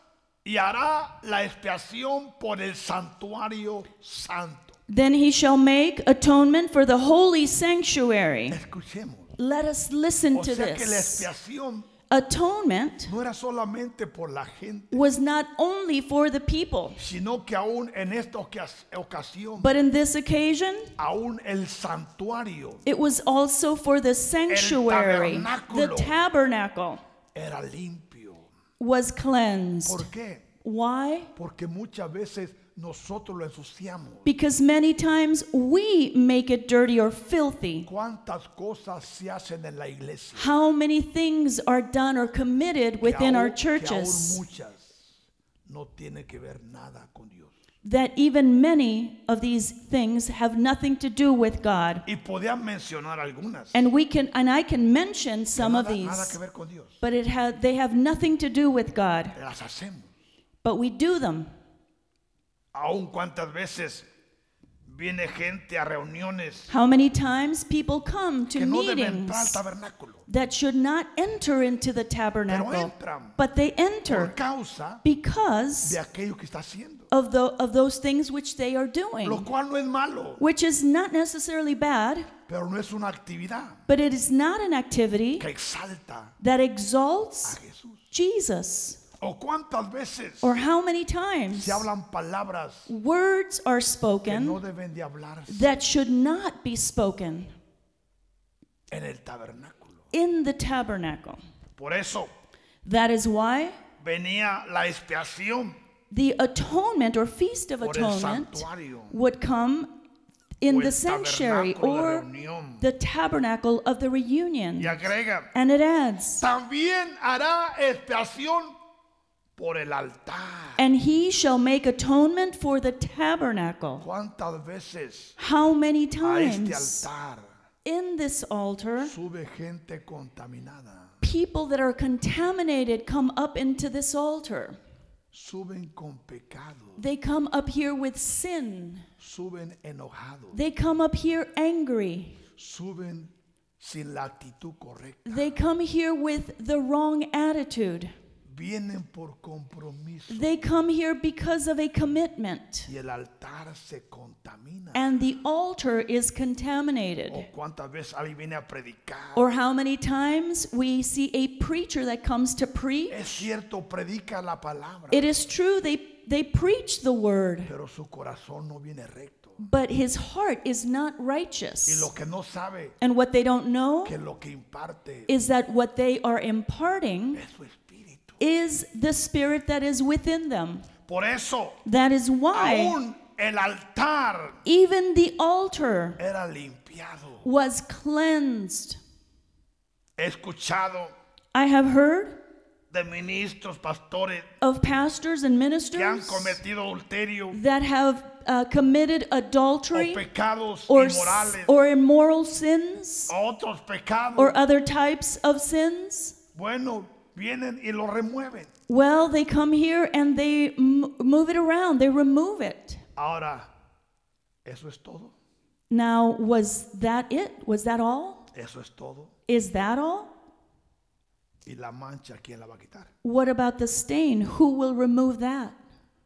[SPEAKER 1] y hará la expiación por el santuario santo.
[SPEAKER 2] Then he shall make atonement for the holy sanctuary.
[SPEAKER 1] Escuchemos.
[SPEAKER 2] Let us listen
[SPEAKER 1] O
[SPEAKER 2] to
[SPEAKER 1] sea que la
[SPEAKER 2] this.
[SPEAKER 1] expiación
[SPEAKER 2] Atonement
[SPEAKER 1] no era solamente por la gente,
[SPEAKER 2] was not only for the people,
[SPEAKER 1] sino que aún en esta ocas- ocasión,
[SPEAKER 2] but in this occasion,
[SPEAKER 1] aún el santuario
[SPEAKER 2] it was also for the sanctuary. The
[SPEAKER 1] tabernáculo.
[SPEAKER 2] tabernacle
[SPEAKER 1] era limpio.
[SPEAKER 2] was cleansed.
[SPEAKER 1] ¿Por qué?
[SPEAKER 2] Why?
[SPEAKER 1] Porque muchas veces nosotros lo ensuciamos.
[SPEAKER 2] Because many times we make it dirty or filthy.
[SPEAKER 1] ¿Cuántas cosas se hacen en la iglesia?
[SPEAKER 2] How many things are done or committed
[SPEAKER 1] Que
[SPEAKER 2] within our
[SPEAKER 1] aún- que aún
[SPEAKER 2] churches
[SPEAKER 1] muchas no tienen que ver nada con Dios.
[SPEAKER 2] that even many of these things have nothing to do with God.
[SPEAKER 1] Y podían mencionar algunas.
[SPEAKER 2] And we can and I can mention
[SPEAKER 1] que
[SPEAKER 2] some of
[SPEAKER 1] nada, nada que
[SPEAKER 2] these,
[SPEAKER 1] ver con Dios.
[SPEAKER 2] but it ha- they have nothing to do with God.
[SPEAKER 1] Las hacemos.
[SPEAKER 2] but we do them.
[SPEAKER 1] Aún cuántas veces viene gente a reuniones
[SPEAKER 2] How many times people come to
[SPEAKER 1] que no deben entrar al
[SPEAKER 2] meetings
[SPEAKER 1] tabernáculo
[SPEAKER 2] that should not enter into the tabernacle,
[SPEAKER 1] entran.
[SPEAKER 2] but they
[SPEAKER 1] por
[SPEAKER 2] enter
[SPEAKER 1] causa
[SPEAKER 2] because
[SPEAKER 1] de aquello que está haciendo,
[SPEAKER 2] of, the, of those things which they are
[SPEAKER 1] lo
[SPEAKER 2] doing,
[SPEAKER 1] cual no es malo,
[SPEAKER 2] which is not necessarily bad,
[SPEAKER 1] pero no es una actividad
[SPEAKER 2] but it is not an activity
[SPEAKER 1] que exalta
[SPEAKER 2] that
[SPEAKER 1] a
[SPEAKER 2] exalts
[SPEAKER 1] Jesús.
[SPEAKER 2] Jesus.
[SPEAKER 1] O cuántas veces
[SPEAKER 2] Or how many times
[SPEAKER 1] se hablan palabras
[SPEAKER 2] words are
[SPEAKER 1] que no
[SPEAKER 2] spoken
[SPEAKER 1] deben de hablarse
[SPEAKER 2] that should not be spoken
[SPEAKER 1] en el tabernáculo.
[SPEAKER 2] in the tabernacle.
[SPEAKER 1] Por eso
[SPEAKER 2] That is why
[SPEAKER 1] venía la expiación
[SPEAKER 2] the atonement or feast of
[SPEAKER 1] por el
[SPEAKER 2] atonement
[SPEAKER 1] santuario
[SPEAKER 2] would come
[SPEAKER 1] o
[SPEAKER 2] in
[SPEAKER 1] el
[SPEAKER 2] the sanctuary
[SPEAKER 1] tabernáculo de
[SPEAKER 2] or
[SPEAKER 1] reunión.
[SPEAKER 2] the tabernacle of the
[SPEAKER 1] Y
[SPEAKER 2] reunion.
[SPEAKER 1] agrega,
[SPEAKER 2] And it adds,
[SPEAKER 1] también hará expiación por el altar.
[SPEAKER 2] and he shall make atonement for the tabernacle.
[SPEAKER 1] ¿Cuántas veces
[SPEAKER 2] How many
[SPEAKER 1] a este
[SPEAKER 2] times
[SPEAKER 1] altar
[SPEAKER 2] in this altar
[SPEAKER 1] sube gente contaminada?
[SPEAKER 2] people that are contaminated come up into this altar?
[SPEAKER 1] Suben con pecado,
[SPEAKER 2] They come up here with sin.
[SPEAKER 1] suben enojados,
[SPEAKER 2] They come up here angry.
[SPEAKER 1] suben sin la actitud correcta.
[SPEAKER 2] They come here with the wrong attitude.
[SPEAKER 1] Vienen por compromiso
[SPEAKER 2] They come here because of a commitment.
[SPEAKER 1] y el altar se contamina.
[SPEAKER 2] And the altar is contaminated.
[SPEAKER 1] O cuántas veces alguien viene a predicar.
[SPEAKER 2] Or how many times we see a preacher that comes to preach.
[SPEAKER 1] Es cierto, predica la palabra,
[SPEAKER 2] It is true, they, they preach the word,
[SPEAKER 1] pero su corazón no viene recto.
[SPEAKER 2] but his heart is not
[SPEAKER 1] Y
[SPEAKER 2] righteous.
[SPEAKER 1] lo que no sabe
[SPEAKER 2] And what they don't know
[SPEAKER 1] que lo que imparte
[SPEAKER 2] is that what they are imparting
[SPEAKER 1] es su espíritu.
[SPEAKER 2] is the spirit that is within them.
[SPEAKER 1] Por eso,
[SPEAKER 2] That is why
[SPEAKER 1] aún el altar
[SPEAKER 2] even the altar
[SPEAKER 1] era limpiado.
[SPEAKER 2] was cleansed.
[SPEAKER 1] He escuchado
[SPEAKER 2] I have heard
[SPEAKER 1] de ministros, pastores
[SPEAKER 2] of pastors and
[SPEAKER 1] que han
[SPEAKER 2] ministers
[SPEAKER 1] cometido adulterio
[SPEAKER 2] that have uh, committed
[SPEAKER 1] o
[SPEAKER 2] adultery
[SPEAKER 1] pecados
[SPEAKER 2] or, s-
[SPEAKER 1] inmorales Oh.
[SPEAKER 2] or immoral sins
[SPEAKER 1] o otros pecados.
[SPEAKER 2] or other types of sins.
[SPEAKER 1] Bueno, vienen y lo remueven.
[SPEAKER 2] Well, they come here and they m- move it around, they remove it.
[SPEAKER 1] Ahora, eso es todo.
[SPEAKER 2] Now, was that it? Was that all?
[SPEAKER 1] Eso es todo.
[SPEAKER 2] Is that all?
[SPEAKER 1] Y la mancha, ¿quién la va a quitar?
[SPEAKER 2] What about the stain? Who will remove that?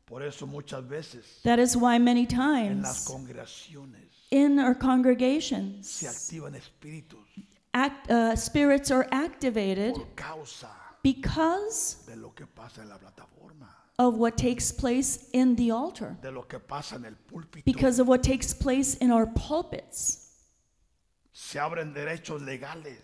[SPEAKER 1] Por eso muchas veces
[SPEAKER 2] That is why many
[SPEAKER 1] en las
[SPEAKER 2] times
[SPEAKER 1] congregaciones
[SPEAKER 2] in our congregations,
[SPEAKER 1] se activan espíritus
[SPEAKER 2] act, uh, spirits are activated
[SPEAKER 1] por causa
[SPEAKER 2] because
[SPEAKER 1] de lo que pasa en la plataforma,
[SPEAKER 2] of what takes place in the altar,
[SPEAKER 1] de lo que pasa en el púlpito.
[SPEAKER 2] because of what takes place in our pulpits.
[SPEAKER 1] Se abren derechos legales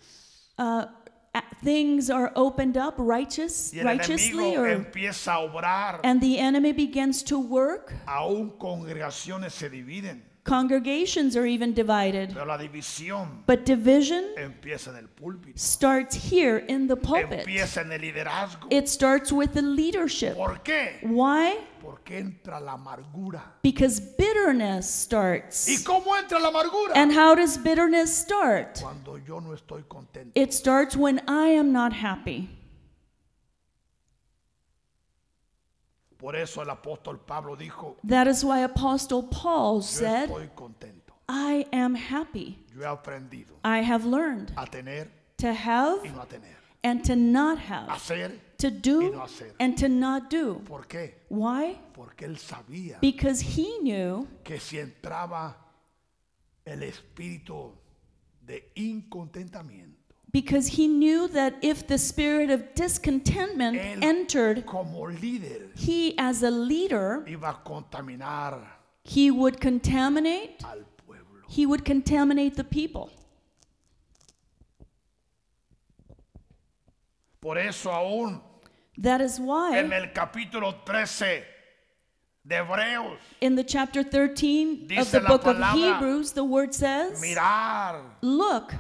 [SPEAKER 2] Uh, a- things are opened up righteous,
[SPEAKER 1] y el
[SPEAKER 2] righteously,
[SPEAKER 1] enemigo
[SPEAKER 2] or,
[SPEAKER 1] empieza a obrar.
[SPEAKER 2] and the enemy begins to work.
[SPEAKER 1] Aún congregaciones se dividen,
[SPEAKER 2] Congregations are even divided,
[SPEAKER 1] pero la división
[SPEAKER 2] but division
[SPEAKER 1] empieza en el púlpito,
[SPEAKER 2] starts here in the pulpit.
[SPEAKER 1] empieza en el liderazgo.
[SPEAKER 2] It starts with the leadership.
[SPEAKER 1] ¿Por qué?
[SPEAKER 2] Why?
[SPEAKER 1] Porque entra la amargura.
[SPEAKER 2] Because bitterness
[SPEAKER 1] ¿Y
[SPEAKER 2] starts.
[SPEAKER 1] cómo entra la amargura?
[SPEAKER 2] And how does bitterness start?
[SPEAKER 1] Cuando yo no estoy contento.
[SPEAKER 2] It starts when I am not happy.
[SPEAKER 1] Por eso el apóstol Pablo dijo,
[SPEAKER 2] That is why Apostle Paul
[SPEAKER 1] yo
[SPEAKER 2] said,
[SPEAKER 1] estoy contento.
[SPEAKER 2] I am happy.
[SPEAKER 1] Yo he aprendido
[SPEAKER 2] I have learned
[SPEAKER 1] a tener
[SPEAKER 2] to
[SPEAKER 1] y
[SPEAKER 2] have
[SPEAKER 1] no a tener,
[SPEAKER 2] and to not
[SPEAKER 1] a
[SPEAKER 2] have,
[SPEAKER 1] hacer
[SPEAKER 2] to
[SPEAKER 1] y
[SPEAKER 2] do
[SPEAKER 1] no hacer.
[SPEAKER 2] and to not do.
[SPEAKER 1] ¿Por qué?
[SPEAKER 2] Why?
[SPEAKER 1] Porque él sabía
[SPEAKER 2] Because he knew
[SPEAKER 1] que si entraba el espíritu de incontentamiento,
[SPEAKER 2] because he knew that if the spirit of discontentment
[SPEAKER 1] Él-
[SPEAKER 2] entered,
[SPEAKER 1] como líder,
[SPEAKER 2] he as a leader,
[SPEAKER 1] iba a contaminar
[SPEAKER 2] he would contaminate,
[SPEAKER 1] al pueblo.
[SPEAKER 2] he would contaminate the people.
[SPEAKER 1] Por eso aún
[SPEAKER 2] That is
[SPEAKER 1] en
[SPEAKER 2] why
[SPEAKER 1] el capítulo 13 de Hebreos,
[SPEAKER 2] in the chapter 13
[SPEAKER 1] Dice
[SPEAKER 2] of the
[SPEAKER 1] la
[SPEAKER 2] book of
[SPEAKER 1] palabra,
[SPEAKER 2] Hebrews, the word says,
[SPEAKER 1] mirar
[SPEAKER 2] Look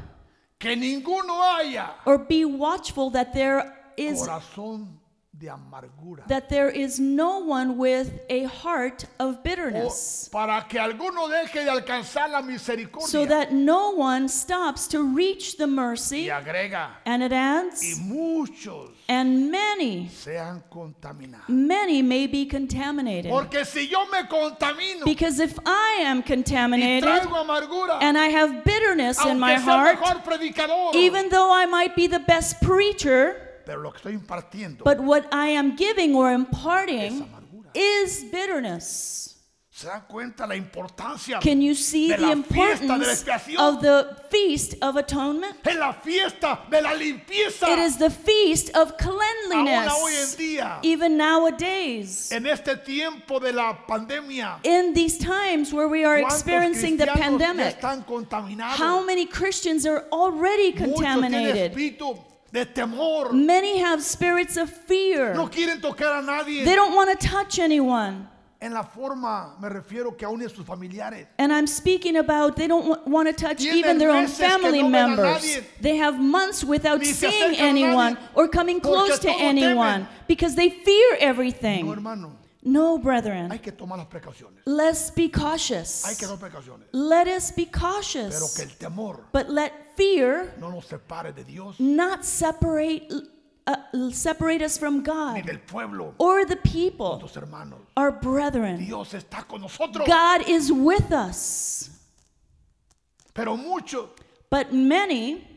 [SPEAKER 1] que ninguno haya
[SPEAKER 2] or be watchful that there is
[SPEAKER 1] corazón de amargura.
[SPEAKER 2] that there is no one with a heart of
[SPEAKER 1] O
[SPEAKER 2] bitterness,
[SPEAKER 1] para que alguno deje de alcanzar la
[SPEAKER 2] so
[SPEAKER 1] misericordia.
[SPEAKER 2] that no one stops to reach the
[SPEAKER 1] Y
[SPEAKER 2] mercy.
[SPEAKER 1] agrega,
[SPEAKER 2] And it
[SPEAKER 1] y
[SPEAKER 2] adds,
[SPEAKER 1] muchos
[SPEAKER 2] and many,
[SPEAKER 1] sean contaminados.
[SPEAKER 2] many may be contaminated.
[SPEAKER 1] Porque si yo me contamino
[SPEAKER 2] Because if I am
[SPEAKER 1] y
[SPEAKER 2] contaminated
[SPEAKER 1] traigo amargura,
[SPEAKER 2] and I have bitterness in my
[SPEAKER 1] aunque sea
[SPEAKER 2] heart,
[SPEAKER 1] mejor predicador,
[SPEAKER 2] even though I might be the best preacher,
[SPEAKER 1] pero lo que estoy impartiendo
[SPEAKER 2] but what I am giving or
[SPEAKER 1] es
[SPEAKER 2] imparting
[SPEAKER 1] amargura.
[SPEAKER 2] is bitterness.
[SPEAKER 1] ¿Se dan cuenta la importancia?
[SPEAKER 2] Can you see
[SPEAKER 1] De
[SPEAKER 2] the
[SPEAKER 1] la fiesta de la
[SPEAKER 2] importance
[SPEAKER 1] expiación.
[SPEAKER 2] of the Feast of Atonement?
[SPEAKER 1] Es la fiesta de la limpieza.
[SPEAKER 2] It is the Feast of
[SPEAKER 1] Ahora hoy en
[SPEAKER 2] cleanliness.
[SPEAKER 1] día,
[SPEAKER 2] Even nowadays,
[SPEAKER 1] en este tiempo de la pandemia,
[SPEAKER 2] in these times where we are
[SPEAKER 1] ¿cuántos
[SPEAKER 2] experiencing the
[SPEAKER 1] cristianos ya
[SPEAKER 2] pandemic,
[SPEAKER 1] están contaminados?
[SPEAKER 2] how many Christians are already
[SPEAKER 1] Muchos tienen
[SPEAKER 2] contaminated?
[SPEAKER 1] espíritu de temor.
[SPEAKER 2] Many have spirits of fear.
[SPEAKER 1] No quieren tocar a nadie.
[SPEAKER 2] They don't want to touch anyone.
[SPEAKER 1] En la forma, me refiero que aún en sus familiares.
[SPEAKER 2] And I'm speaking about they don't want to touch
[SPEAKER 1] Tienen
[SPEAKER 2] even their own
[SPEAKER 1] meses que
[SPEAKER 2] family
[SPEAKER 1] no ven a
[SPEAKER 2] members.
[SPEAKER 1] nadie.
[SPEAKER 2] They have months without
[SPEAKER 1] Ni se
[SPEAKER 2] seeing
[SPEAKER 1] acercan a
[SPEAKER 2] anyone
[SPEAKER 1] nadie,
[SPEAKER 2] or coming
[SPEAKER 1] porque
[SPEAKER 2] close to
[SPEAKER 1] todo
[SPEAKER 2] anyone because they fear everything.
[SPEAKER 1] No, hermano,
[SPEAKER 2] No,
[SPEAKER 1] hay
[SPEAKER 2] brethren,
[SPEAKER 1] que tomar las precauciones.
[SPEAKER 2] let's be
[SPEAKER 1] Hay que
[SPEAKER 2] cautious.
[SPEAKER 1] tomar precauciones.
[SPEAKER 2] Let us
[SPEAKER 1] Pero
[SPEAKER 2] be
[SPEAKER 1] que
[SPEAKER 2] cautious.
[SPEAKER 1] el temor
[SPEAKER 2] But let fear
[SPEAKER 1] no nos separe de Dios,
[SPEAKER 2] not separate uh, separate us from
[SPEAKER 1] ni
[SPEAKER 2] God
[SPEAKER 1] del pueblo,
[SPEAKER 2] or the
[SPEAKER 1] de
[SPEAKER 2] people,
[SPEAKER 1] tus hermanos.
[SPEAKER 2] our brethren.
[SPEAKER 1] Dios está con nosotros.
[SPEAKER 2] God is with us.
[SPEAKER 1] Pero muchos
[SPEAKER 2] But many,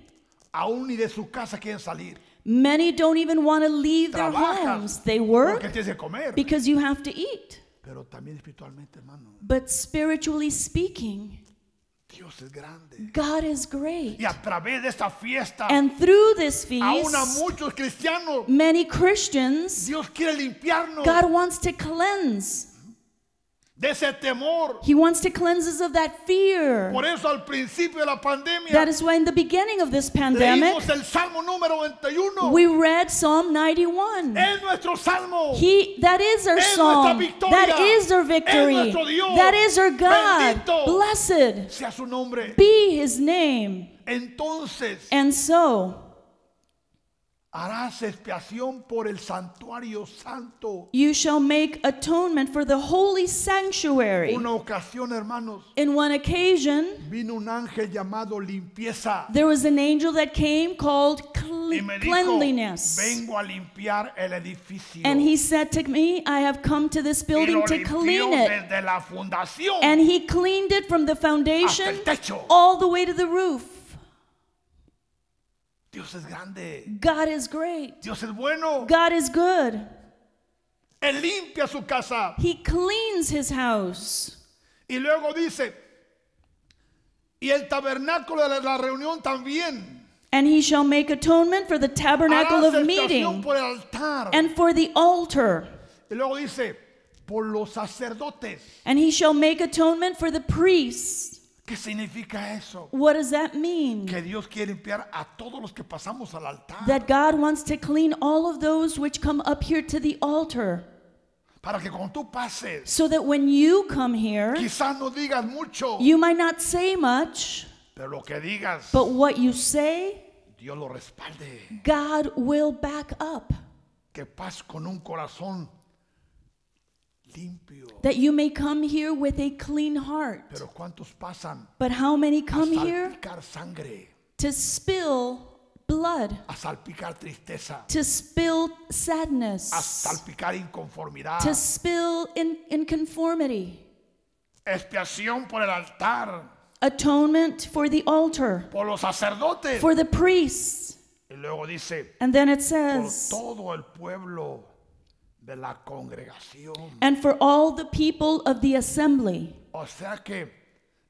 [SPEAKER 1] aún ni de su casa quieren salir.
[SPEAKER 2] many don't even want to leave their
[SPEAKER 1] Trabajas
[SPEAKER 2] homes. They
[SPEAKER 1] Porque
[SPEAKER 2] work
[SPEAKER 1] tienes que comer.
[SPEAKER 2] because you have to eat.
[SPEAKER 1] Pero también espiritualmente, hermano,
[SPEAKER 2] But spiritually speaking,
[SPEAKER 1] Dios es grande.
[SPEAKER 2] God is great.
[SPEAKER 1] Y a través de esta fiesta,
[SPEAKER 2] And through this
[SPEAKER 1] aún a
[SPEAKER 2] feast,
[SPEAKER 1] muchos cristianos,
[SPEAKER 2] many Christians,
[SPEAKER 1] Dios quiere limpiarnos
[SPEAKER 2] God wants to cleanse.
[SPEAKER 1] de ese temor.
[SPEAKER 2] He wants to cleanse us of that fear.
[SPEAKER 1] Por eso al principio de la pandemia
[SPEAKER 2] That is why in the beginning of this pandemic,
[SPEAKER 1] leímos el Salmo número 91.
[SPEAKER 2] we read Psalm 91.
[SPEAKER 1] es nuestro salmo.
[SPEAKER 2] He, that is our
[SPEAKER 1] Es
[SPEAKER 2] song.
[SPEAKER 1] nuestra victoria.
[SPEAKER 2] That is our
[SPEAKER 1] Es
[SPEAKER 2] victory.
[SPEAKER 1] nuestro Dios.
[SPEAKER 2] That is our God.
[SPEAKER 1] Bendito.
[SPEAKER 2] Blessed
[SPEAKER 1] sea su nombre.
[SPEAKER 2] be his name.
[SPEAKER 1] Entonces
[SPEAKER 2] And so
[SPEAKER 1] harás expiación por el santuario santo.
[SPEAKER 2] you shall make atonement for the holy sanctuary.
[SPEAKER 1] Una ocasión, hermanos,
[SPEAKER 2] In one occasion,
[SPEAKER 1] vino un ángel llamado limpieza.
[SPEAKER 2] there was an angel that came called
[SPEAKER 1] Y
[SPEAKER 2] cle-
[SPEAKER 1] me dijo,
[SPEAKER 2] cleanliness.
[SPEAKER 1] vengo a limpiar el edificio.
[SPEAKER 2] And he said to me, I have come to this
[SPEAKER 1] y lo
[SPEAKER 2] building to
[SPEAKER 1] limpió
[SPEAKER 2] clean it.
[SPEAKER 1] desde la fundación
[SPEAKER 2] And he cleaned it from the
[SPEAKER 1] hasta
[SPEAKER 2] foundation
[SPEAKER 1] el techo.
[SPEAKER 2] all the way to the roof.
[SPEAKER 1] Dios es grande.
[SPEAKER 2] God is great.
[SPEAKER 1] Dios es bueno.
[SPEAKER 2] God is good.
[SPEAKER 1] Él limpia su casa.
[SPEAKER 2] He cleans his house.
[SPEAKER 1] Y luego dice, y el tabernáculo de la- la reunión también.
[SPEAKER 2] And he shall make atonement for the tabernacle
[SPEAKER 1] Harás
[SPEAKER 2] of
[SPEAKER 1] expiación
[SPEAKER 2] meeting
[SPEAKER 1] por el altar.
[SPEAKER 2] and for the altar.
[SPEAKER 1] Y luego dice, por los sacerdotes.
[SPEAKER 2] And he shall make atonement for the priests.
[SPEAKER 1] ¿Qué significa eso?
[SPEAKER 2] What does that mean?
[SPEAKER 1] Que Dios quiere limpiar a todos los que pasamos al altar.
[SPEAKER 2] That God wants to clean all of those which come up here to the altar.
[SPEAKER 1] para que cuando tú pases,
[SPEAKER 2] So that when you come here,
[SPEAKER 1] quizás no digas mucho,
[SPEAKER 2] you might not say much,
[SPEAKER 1] pero lo que digas,
[SPEAKER 2] but what you say,
[SPEAKER 1] Dios lo respalde.
[SPEAKER 2] God will back up.
[SPEAKER 1] Que pases con un corazón limpio.
[SPEAKER 2] That you may come here with a clean heart.
[SPEAKER 1] Pero ¿cuántos pasan
[SPEAKER 2] But how many
[SPEAKER 1] a
[SPEAKER 2] come here
[SPEAKER 1] salpicar sangre?
[SPEAKER 2] to spill blood,
[SPEAKER 1] A salpicar tristeza.
[SPEAKER 2] to spill
[SPEAKER 1] A
[SPEAKER 2] sadness,
[SPEAKER 1] salpicar inconformidad.
[SPEAKER 2] to spill in, inconformity,
[SPEAKER 1] Expiación por el altar.
[SPEAKER 2] atonement for the altar,
[SPEAKER 1] por los sacerdotes.
[SPEAKER 2] for the priests.
[SPEAKER 1] Y luego dice,
[SPEAKER 2] And then it
[SPEAKER 1] por
[SPEAKER 2] says,
[SPEAKER 1] todo el pueblo de la congregación.
[SPEAKER 2] and for all the people of the assembly.
[SPEAKER 1] O sea que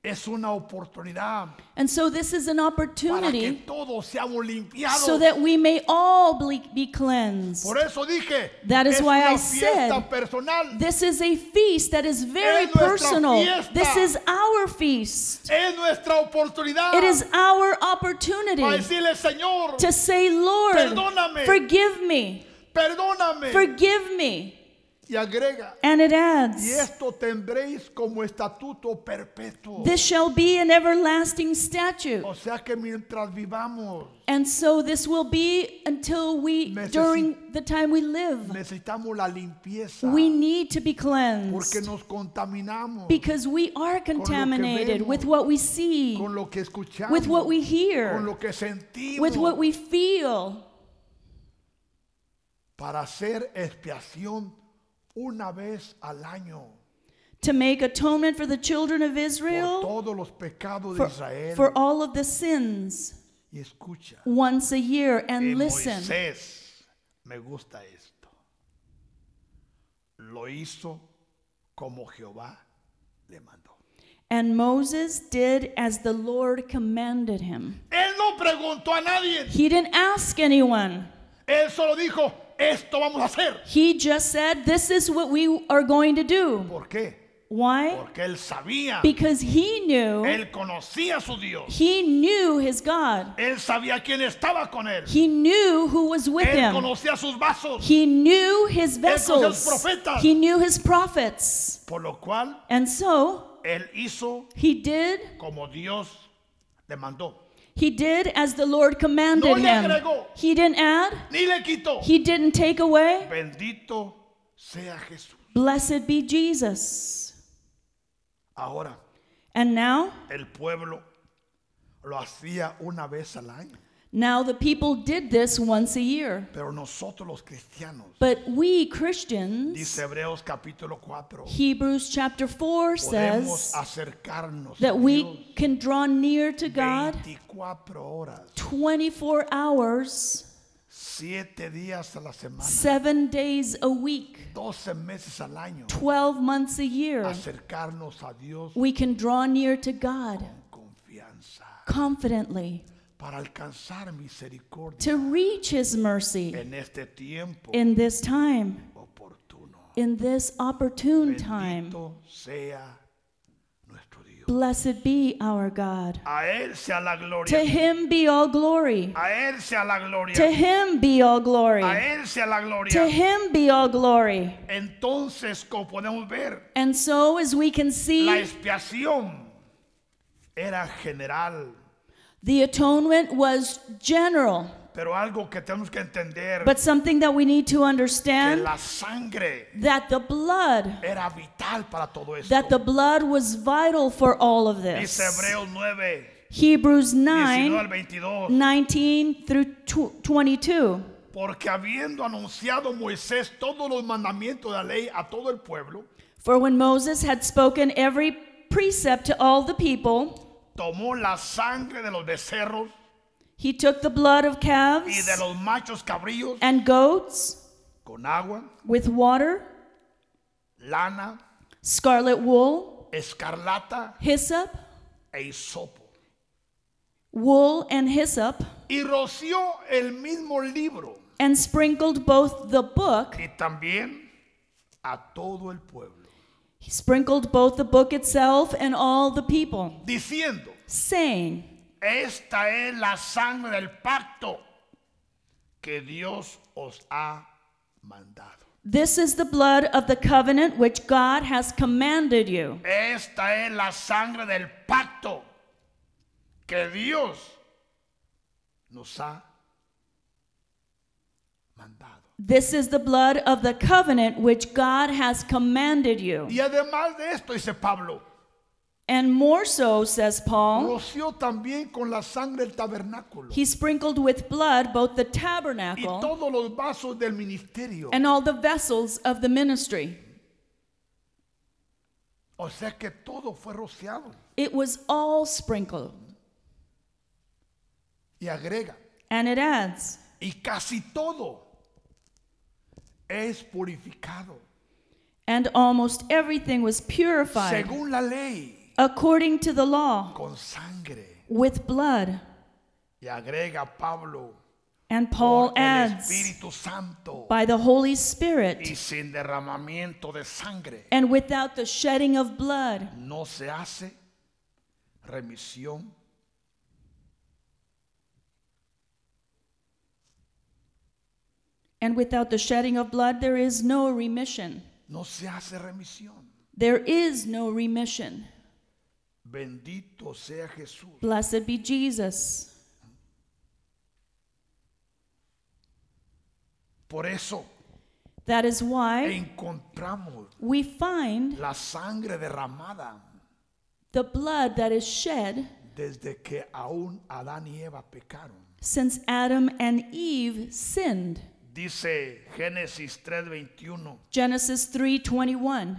[SPEAKER 1] es una oportunidad
[SPEAKER 2] And so this is an
[SPEAKER 1] para que
[SPEAKER 2] opportunity
[SPEAKER 1] todos seamos limpiados.
[SPEAKER 2] so that we may all be, be cleansed.
[SPEAKER 1] por eso dije,
[SPEAKER 2] That is
[SPEAKER 1] es
[SPEAKER 2] why
[SPEAKER 1] una
[SPEAKER 2] I
[SPEAKER 1] fiesta
[SPEAKER 2] said-
[SPEAKER 1] personal.
[SPEAKER 2] This is a feast that is very
[SPEAKER 1] Es nuestra
[SPEAKER 2] personal.
[SPEAKER 1] fiesta.
[SPEAKER 2] This is our feast.
[SPEAKER 1] Es nuestra oportunidad
[SPEAKER 2] It is our
[SPEAKER 1] para
[SPEAKER 2] opportunity.
[SPEAKER 1] decirle, Señor,
[SPEAKER 2] to say, Lord,
[SPEAKER 1] Perdóname.
[SPEAKER 2] forgive me,
[SPEAKER 1] perdóname.
[SPEAKER 2] forgive me.
[SPEAKER 1] Y agrega,
[SPEAKER 2] And it
[SPEAKER 1] y
[SPEAKER 2] adds,
[SPEAKER 1] esto tendréis como estatuto perpetuo.
[SPEAKER 2] This shall be an everlasting statute.
[SPEAKER 1] O sea que mientras vivamos,
[SPEAKER 2] And so this will be until we,
[SPEAKER 1] Necesi-
[SPEAKER 2] during the time we live,
[SPEAKER 1] necesitamos la limpieza.
[SPEAKER 2] we need to be
[SPEAKER 1] Porque
[SPEAKER 2] cleansed
[SPEAKER 1] nos contaminamos
[SPEAKER 2] because we are contaminated with what we see,
[SPEAKER 1] con lo que escuchamos,
[SPEAKER 2] with what we
[SPEAKER 1] con
[SPEAKER 2] hear,
[SPEAKER 1] lo que sentimos,
[SPEAKER 2] with what we feel,
[SPEAKER 1] para hacer expiación una vez al año
[SPEAKER 2] to make atonement for the children of
[SPEAKER 1] por
[SPEAKER 2] Israel
[SPEAKER 1] todos los pecados de
[SPEAKER 2] for,
[SPEAKER 1] Israel.
[SPEAKER 2] for all of the sins
[SPEAKER 1] y escucha,
[SPEAKER 2] once a year.
[SPEAKER 1] y
[SPEAKER 2] And listen,
[SPEAKER 1] Moisés, me gusta esto, lo hizo como Jehová le mandó.
[SPEAKER 2] and Moses did as the Lord commanded him.
[SPEAKER 1] Él no preguntó a nadie,
[SPEAKER 2] He didn't ask anyone.
[SPEAKER 1] él solo dijo, esto vamos a hacer.
[SPEAKER 2] He just said, This is what we are going to do.
[SPEAKER 1] ¿Por qué?
[SPEAKER 2] Why?
[SPEAKER 1] Porque él sabía,
[SPEAKER 2] Because he knew,
[SPEAKER 1] él conocía a su Dios.
[SPEAKER 2] he knew his God.
[SPEAKER 1] Él sabía quién estaba con él.
[SPEAKER 2] He knew who was with
[SPEAKER 1] Él
[SPEAKER 2] him.
[SPEAKER 1] conocía sus vasos.
[SPEAKER 2] He knew his
[SPEAKER 1] conocía a los
[SPEAKER 2] vessels.
[SPEAKER 1] profetas.
[SPEAKER 2] He knew his prophets.
[SPEAKER 1] Por lo cual,
[SPEAKER 2] And so
[SPEAKER 1] él hizo
[SPEAKER 2] he did.
[SPEAKER 1] como Dios le mandó.
[SPEAKER 2] He did as the Lord commanded
[SPEAKER 1] No le
[SPEAKER 2] him.
[SPEAKER 1] agregó.
[SPEAKER 2] He didn't add.
[SPEAKER 1] Ni le quitó.
[SPEAKER 2] He didn't take away.
[SPEAKER 1] Bendito sea Jesús.
[SPEAKER 2] Blessed be Jesus.
[SPEAKER 1] Ahora,
[SPEAKER 2] And now,
[SPEAKER 1] el pueblo lo hacía una vez al año.
[SPEAKER 2] now the people did this once a year.
[SPEAKER 1] Pero nosotros los cristianos,
[SPEAKER 2] But we Christians
[SPEAKER 1] dice Hebreos capítulo 4,
[SPEAKER 2] Hebrews chapter 4
[SPEAKER 1] podemos
[SPEAKER 2] says
[SPEAKER 1] acercarnos a
[SPEAKER 2] that
[SPEAKER 1] Dios
[SPEAKER 2] we can draw near to God
[SPEAKER 1] 24 horas,
[SPEAKER 2] 24 hours,
[SPEAKER 1] 7 días a la semana,
[SPEAKER 2] 7 days a week,
[SPEAKER 1] 12 meses al año.
[SPEAKER 2] 12 months a year.
[SPEAKER 1] Acercarnos a Dios
[SPEAKER 2] We can draw near to God
[SPEAKER 1] con confianza
[SPEAKER 2] confidently
[SPEAKER 1] para alcanzar misericordia
[SPEAKER 2] to reach His mercy
[SPEAKER 1] en este tiempo
[SPEAKER 2] in this time,
[SPEAKER 1] oportuno.
[SPEAKER 2] in this opportune time.
[SPEAKER 1] Bendito sea nuestro Dios.
[SPEAKER 2] Blessed be our God.
[SPEAKER 1] A Él sea la
[SPEAKER 2] To
[SPEAKER 1] gloria.
[SPEAKER 2] Him be all glory.
[SPEAKER 1] A Él sea la
[SPEAKER 2] To
[SPEAKER 1] gloria.
[SPEAKER 2] Him be all
[SPEAKER 1] A
[SPEAKER 2] glory.
[SPEAKER 1] Él sea la
[SPEAKER 2] To
[SPEAKER 1] gloria.
[SPEAKER 2] Him be all glory.
[SPEAKER 1] Entonces, como podemos ver,
[SPEAKER 2] And so, as we can
[SPEAKER 1] la
[SPEAKER 2] see,
[SPEAKER 1] expiación era general.
[SPEAKER 2] the atonement was general,
[SPEAKER 1] Pero algo que tenemos que entender,
[SPEAKER 2] but something that we need to
[SPEAKER 1] que
[SPEAKER 2] understand
[SPEAKER 1] la sangre
[SPEAKER 2] that the blood,
[SPEAKER 1] era vital para todo esto.
[SPEAKER 2] that the blood was vital for all of
[SPEAKER 1] Dice
[SPEAKER 2] this.
[SPEAKER 1] Hebreos 9,
[SPEAKER 2] Hebrews
[SPEAKER 1] 19 al
[SPEAKER 2] 9,
[SPEAKER 1] 22.
[SPEAKER 2] 19 through tw- 22.
[SPEAKER 1] Porque habiendo anunciado Moisés todos los mandamientos de la ley a todo el pueblo,
[SPEAKER 2] For when Moses had spoken every precept to all the people,
[SPEAKER 1] tomó la sangre de los becerros
[SPEAKER 2] he took the blood of
[SPEAKER 1] y
[SPEAKER 2] calves
[SPEAKER 1] de los machos cabríos
[SPEAKER 2] and goats
[SPEAKER 1] con agua,
[SPEAKER 2] with water,
[SPEAKER 1] lana,
[SPEAKER 2] scarlet wool,
[SPEAKER 1] escarlata
[SPEAKER 2] hyssop,
[SPEAKER 1] e hisopo.
[SPEAKER 2] wool and hyssop.
[SPEAKER 1] Y roció el mismo libro
[SPEAKER 2] and sprinkled both the book,
[SPEAKER 1] y también a todo el pueblo,
[SPEAKER 2] he sprinkled both the book itself and all the people,
[SPEAKER 1] diciendo,
[SPEAKER 2] saying,
[SPEAKER 1] esta es la sangre del pacto que Dios os ha mandado.
[SPEAKER 2] This is the blood of the covenant which God has commanded you.
[SPEAKER 1] Esta es la sangre del pacto que Dios nos ha mandado.
[SPEAKER 2] This is the blood of the covenant which God has commanded you.
[SPEAKER 1] Y además de esto, dice Pablo,
[SPEAKER 2] And more so, says Paul,
[SPEAKER 1] roció también con la sangre el tabernáculo
[SPEAKER 2] he sprinkled with blood both the
[SPEAKER 1] y
[SPEAKER 2] tabernacle
[SPEAKER 1] todos los vasos del ministerio.
[SPEAKER 2] and all the vessels of the ministry.
[SPEAKER 1] O sea que todo fue rociado.
[SPEAKER 2] It was all sprinkled.
[SPEAKER 1] Y agrega,
[SPEAKER 2] And it adds,
[SPEAKER 1] y casi todo es purificado
[SPEAKER 2] and almost everything was purified.
[SPEAKER 1] según la ley
[SPEAKER 2] according to the law,
[SPEAKER 1] con sangre.
[SPEAKER 2] with blood.
[SPEAKER 1] Y agrega Pablo,
[SPEAKER 2] And Paul
[SPEAKER 1] por el
[SPEAKER 2] adds,
[SPEAKER 1] Espíritu Santo
[SPEAKER 2] by the Holy
[SPEAKER 1] y
[SPEAKER 2] Spirit,
[SPEAKER 1] sin derramamiento de sangre
[SPEAKER 2] and without the shedding of blood,
[SPEAKER 1] no se hace remisión
[SPEAKER 2] and without the shedding of blood, there is no remission
[SPEAKER 1] No se hace remisión.
[SPEAKER 2] There is no remission.
[SPEAKER 1] Bendito sea Jesús.
[SPEAKER 2] Blessed be Jesus.
[SPEAKER 1] Por eso
[SPEAKER 2] That is why
[SPEAKER 1] encontramos
[SPEAKER 2] we find
[SPEAKER 1] la sangre derramada
[SPEAKER 2] the blood that is shed
[SPEAKER 1] desde que aún Adán y Eva pecaron.
[SPEAKER 2] since Adam and Eve sinned.
[SPEAKER 1] Dice Génesis 3:21.
[SPEAKER 2] Genesis 3:21.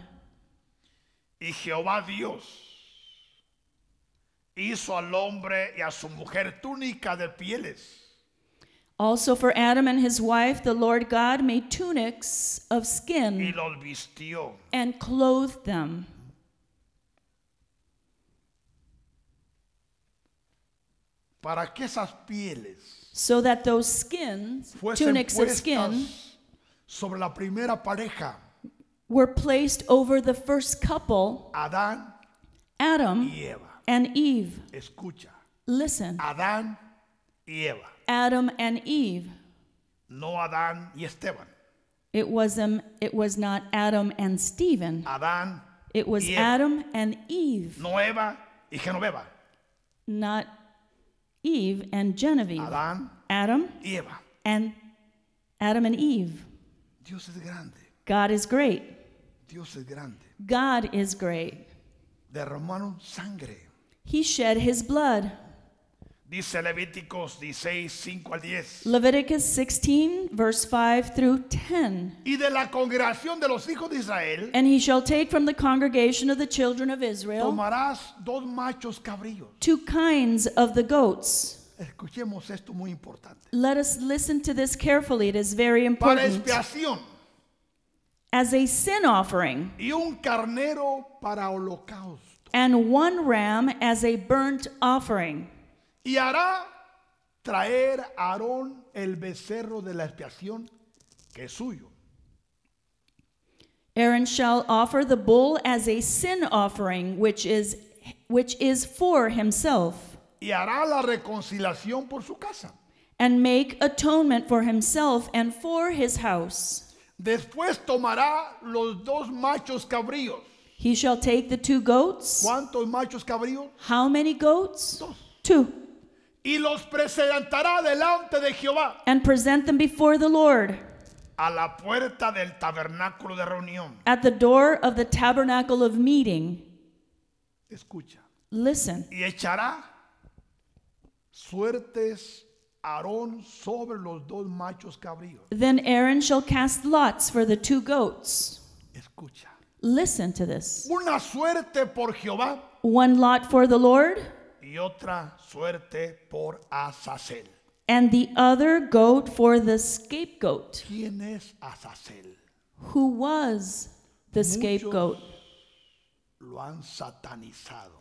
[SPEAKER 1] Y Jehová Dios hizo al hombre y a su mujer túnica de pieles
[SPEAKER 2] Also for Adam and his wife the Lord God made tunics of
[SPEAKER 1] y
[SPEAKER 2] skin
[SPEAKER 1] los vistió.
[SPEAKER 2] and clothed them.
[SPEAKER 1] Para que esas pieles
[SPEAKER 2] so that those skins,
[SPEAKER 1] fuesen
[SPEAKER 2] tunics of skin,
[SPEAKER 1] puestas sobre la primera pareja,
[SPEAKER 2] were placed over the first couple,
[SPEAKER 1] Adán
[SPEAKER 2] Adam
[SPEAKER 1] y Eva.
[SPEAKER 2] and Eve.
[SPEAKER 1] Escucha,
[SPEAKER 2] Listen,
[SPEAKER 1] Adán y Eva,
[SPEAKER 2] Adam and Eve.
[SPEAKER 1] no Adán y Esteban.
[SPEAKER 2] It was um, it was not Adam and Stephen.
[SPEAKER 1] Adán,
[SPEAKER 2] It was
[SPEAKER 1] Eve.
[SPEAKER 2] Adam and Eve,
[SPEAKER 1] no Eva y Genoveva.
[SPEAKER 2] not Eve and Genevieve.
[SPEAKER 1] Adán
[SPEAKER 2] Adam
[SPEAKER 1] y Eva.
[SPEAKER 2] and Adam and Eve.
[SPEAKER 1] Dios es grande,
[SPEAKER 2] God is great.
[SPEAKER 1] Dios es grande.
[SPEAKER 2] God is great.
[SPEAKER 1] Derramaron sangre.
[SPEAKER 2] He shed his blood.
[SPEAKER 1] Dice Levíticos 16, 5 al 10.
[SPEAKER 2] Leviticus 16, verse 5 through 10.
[SPEAKER 1] Y de la congregación de los hijos de Israel
[SPEAKER 2] And he shall take from the congregation of the children of Israel
[SPEAKER 1] tomarás dos machos cabríos.
[SPEAKER 2] two kinds of the goats.
[SPEAKER 1] Escuchemos esto muy importante.
[SPEAKER 2] Let us listen to this carefully, it is very
[SPEAKER 1] Para
[SPEAKER 2] important.
[SPEAKER 1] expiación
[SPEAKER 2] As a sin offering,
[SPEAKER 1] y un carnero para holocausto.
[SPEAKER 2] and one ram as a burnt offering.
[SPEAKER 1] Y hará traer a Aarón el becerro de la expiación que es suyo.
[SPEAKER 2] Aaron shall offer the bull as a sin offering, which is, which is for himself,
[SPEAKER 1] Y hará la reconciliación por su casa.
[SPEAKER 2] and make atonement for himself and for his house.
[SPEAKER 1] Después tomará los dos machos cabríos.
[SPEAKER 2] He shall take the two goats.
[SPEAKER 1] ¿Cuántos machos cabríos?
[SPEAKER 2] How many goats?
[SPEAKER 1] Dos.
[SPEAKER 2] Two.
[SPEAKER 1] y los presentará delante de Jehová
[SPEAKER 2] and present them before the Lord
[SPEAKER 1] a la puerta del tabernáculo de reunión.
[SPEAKER 2] at the door of the tabernacle of meeting.
[SPEAKER 1] Escucha.
[SPEAKER 2] Listen,
[SPEAKER 1] Y echará suertes Aarón sobre los dos machos cabríos.
[SPEAKER 2] then Aaron shall cast lots for the two goats.
[SPEAKER 1] Escucha.
[SPEAKER 2] Listen to this
[SPEAKER 1] Una suerte por Jehová
[SPEAKER 2] one lot for the Lord,
[SPEAKER 1] y otra suerte por Azazel.
[SPEAKER 2] and the other goat for the scapegoat.
[SPEAKER 1] ¿Quién es Azazel?
[SPEAKER 2] Who was the scapegoat?
[SPEAKER 1] Lo han satanizado,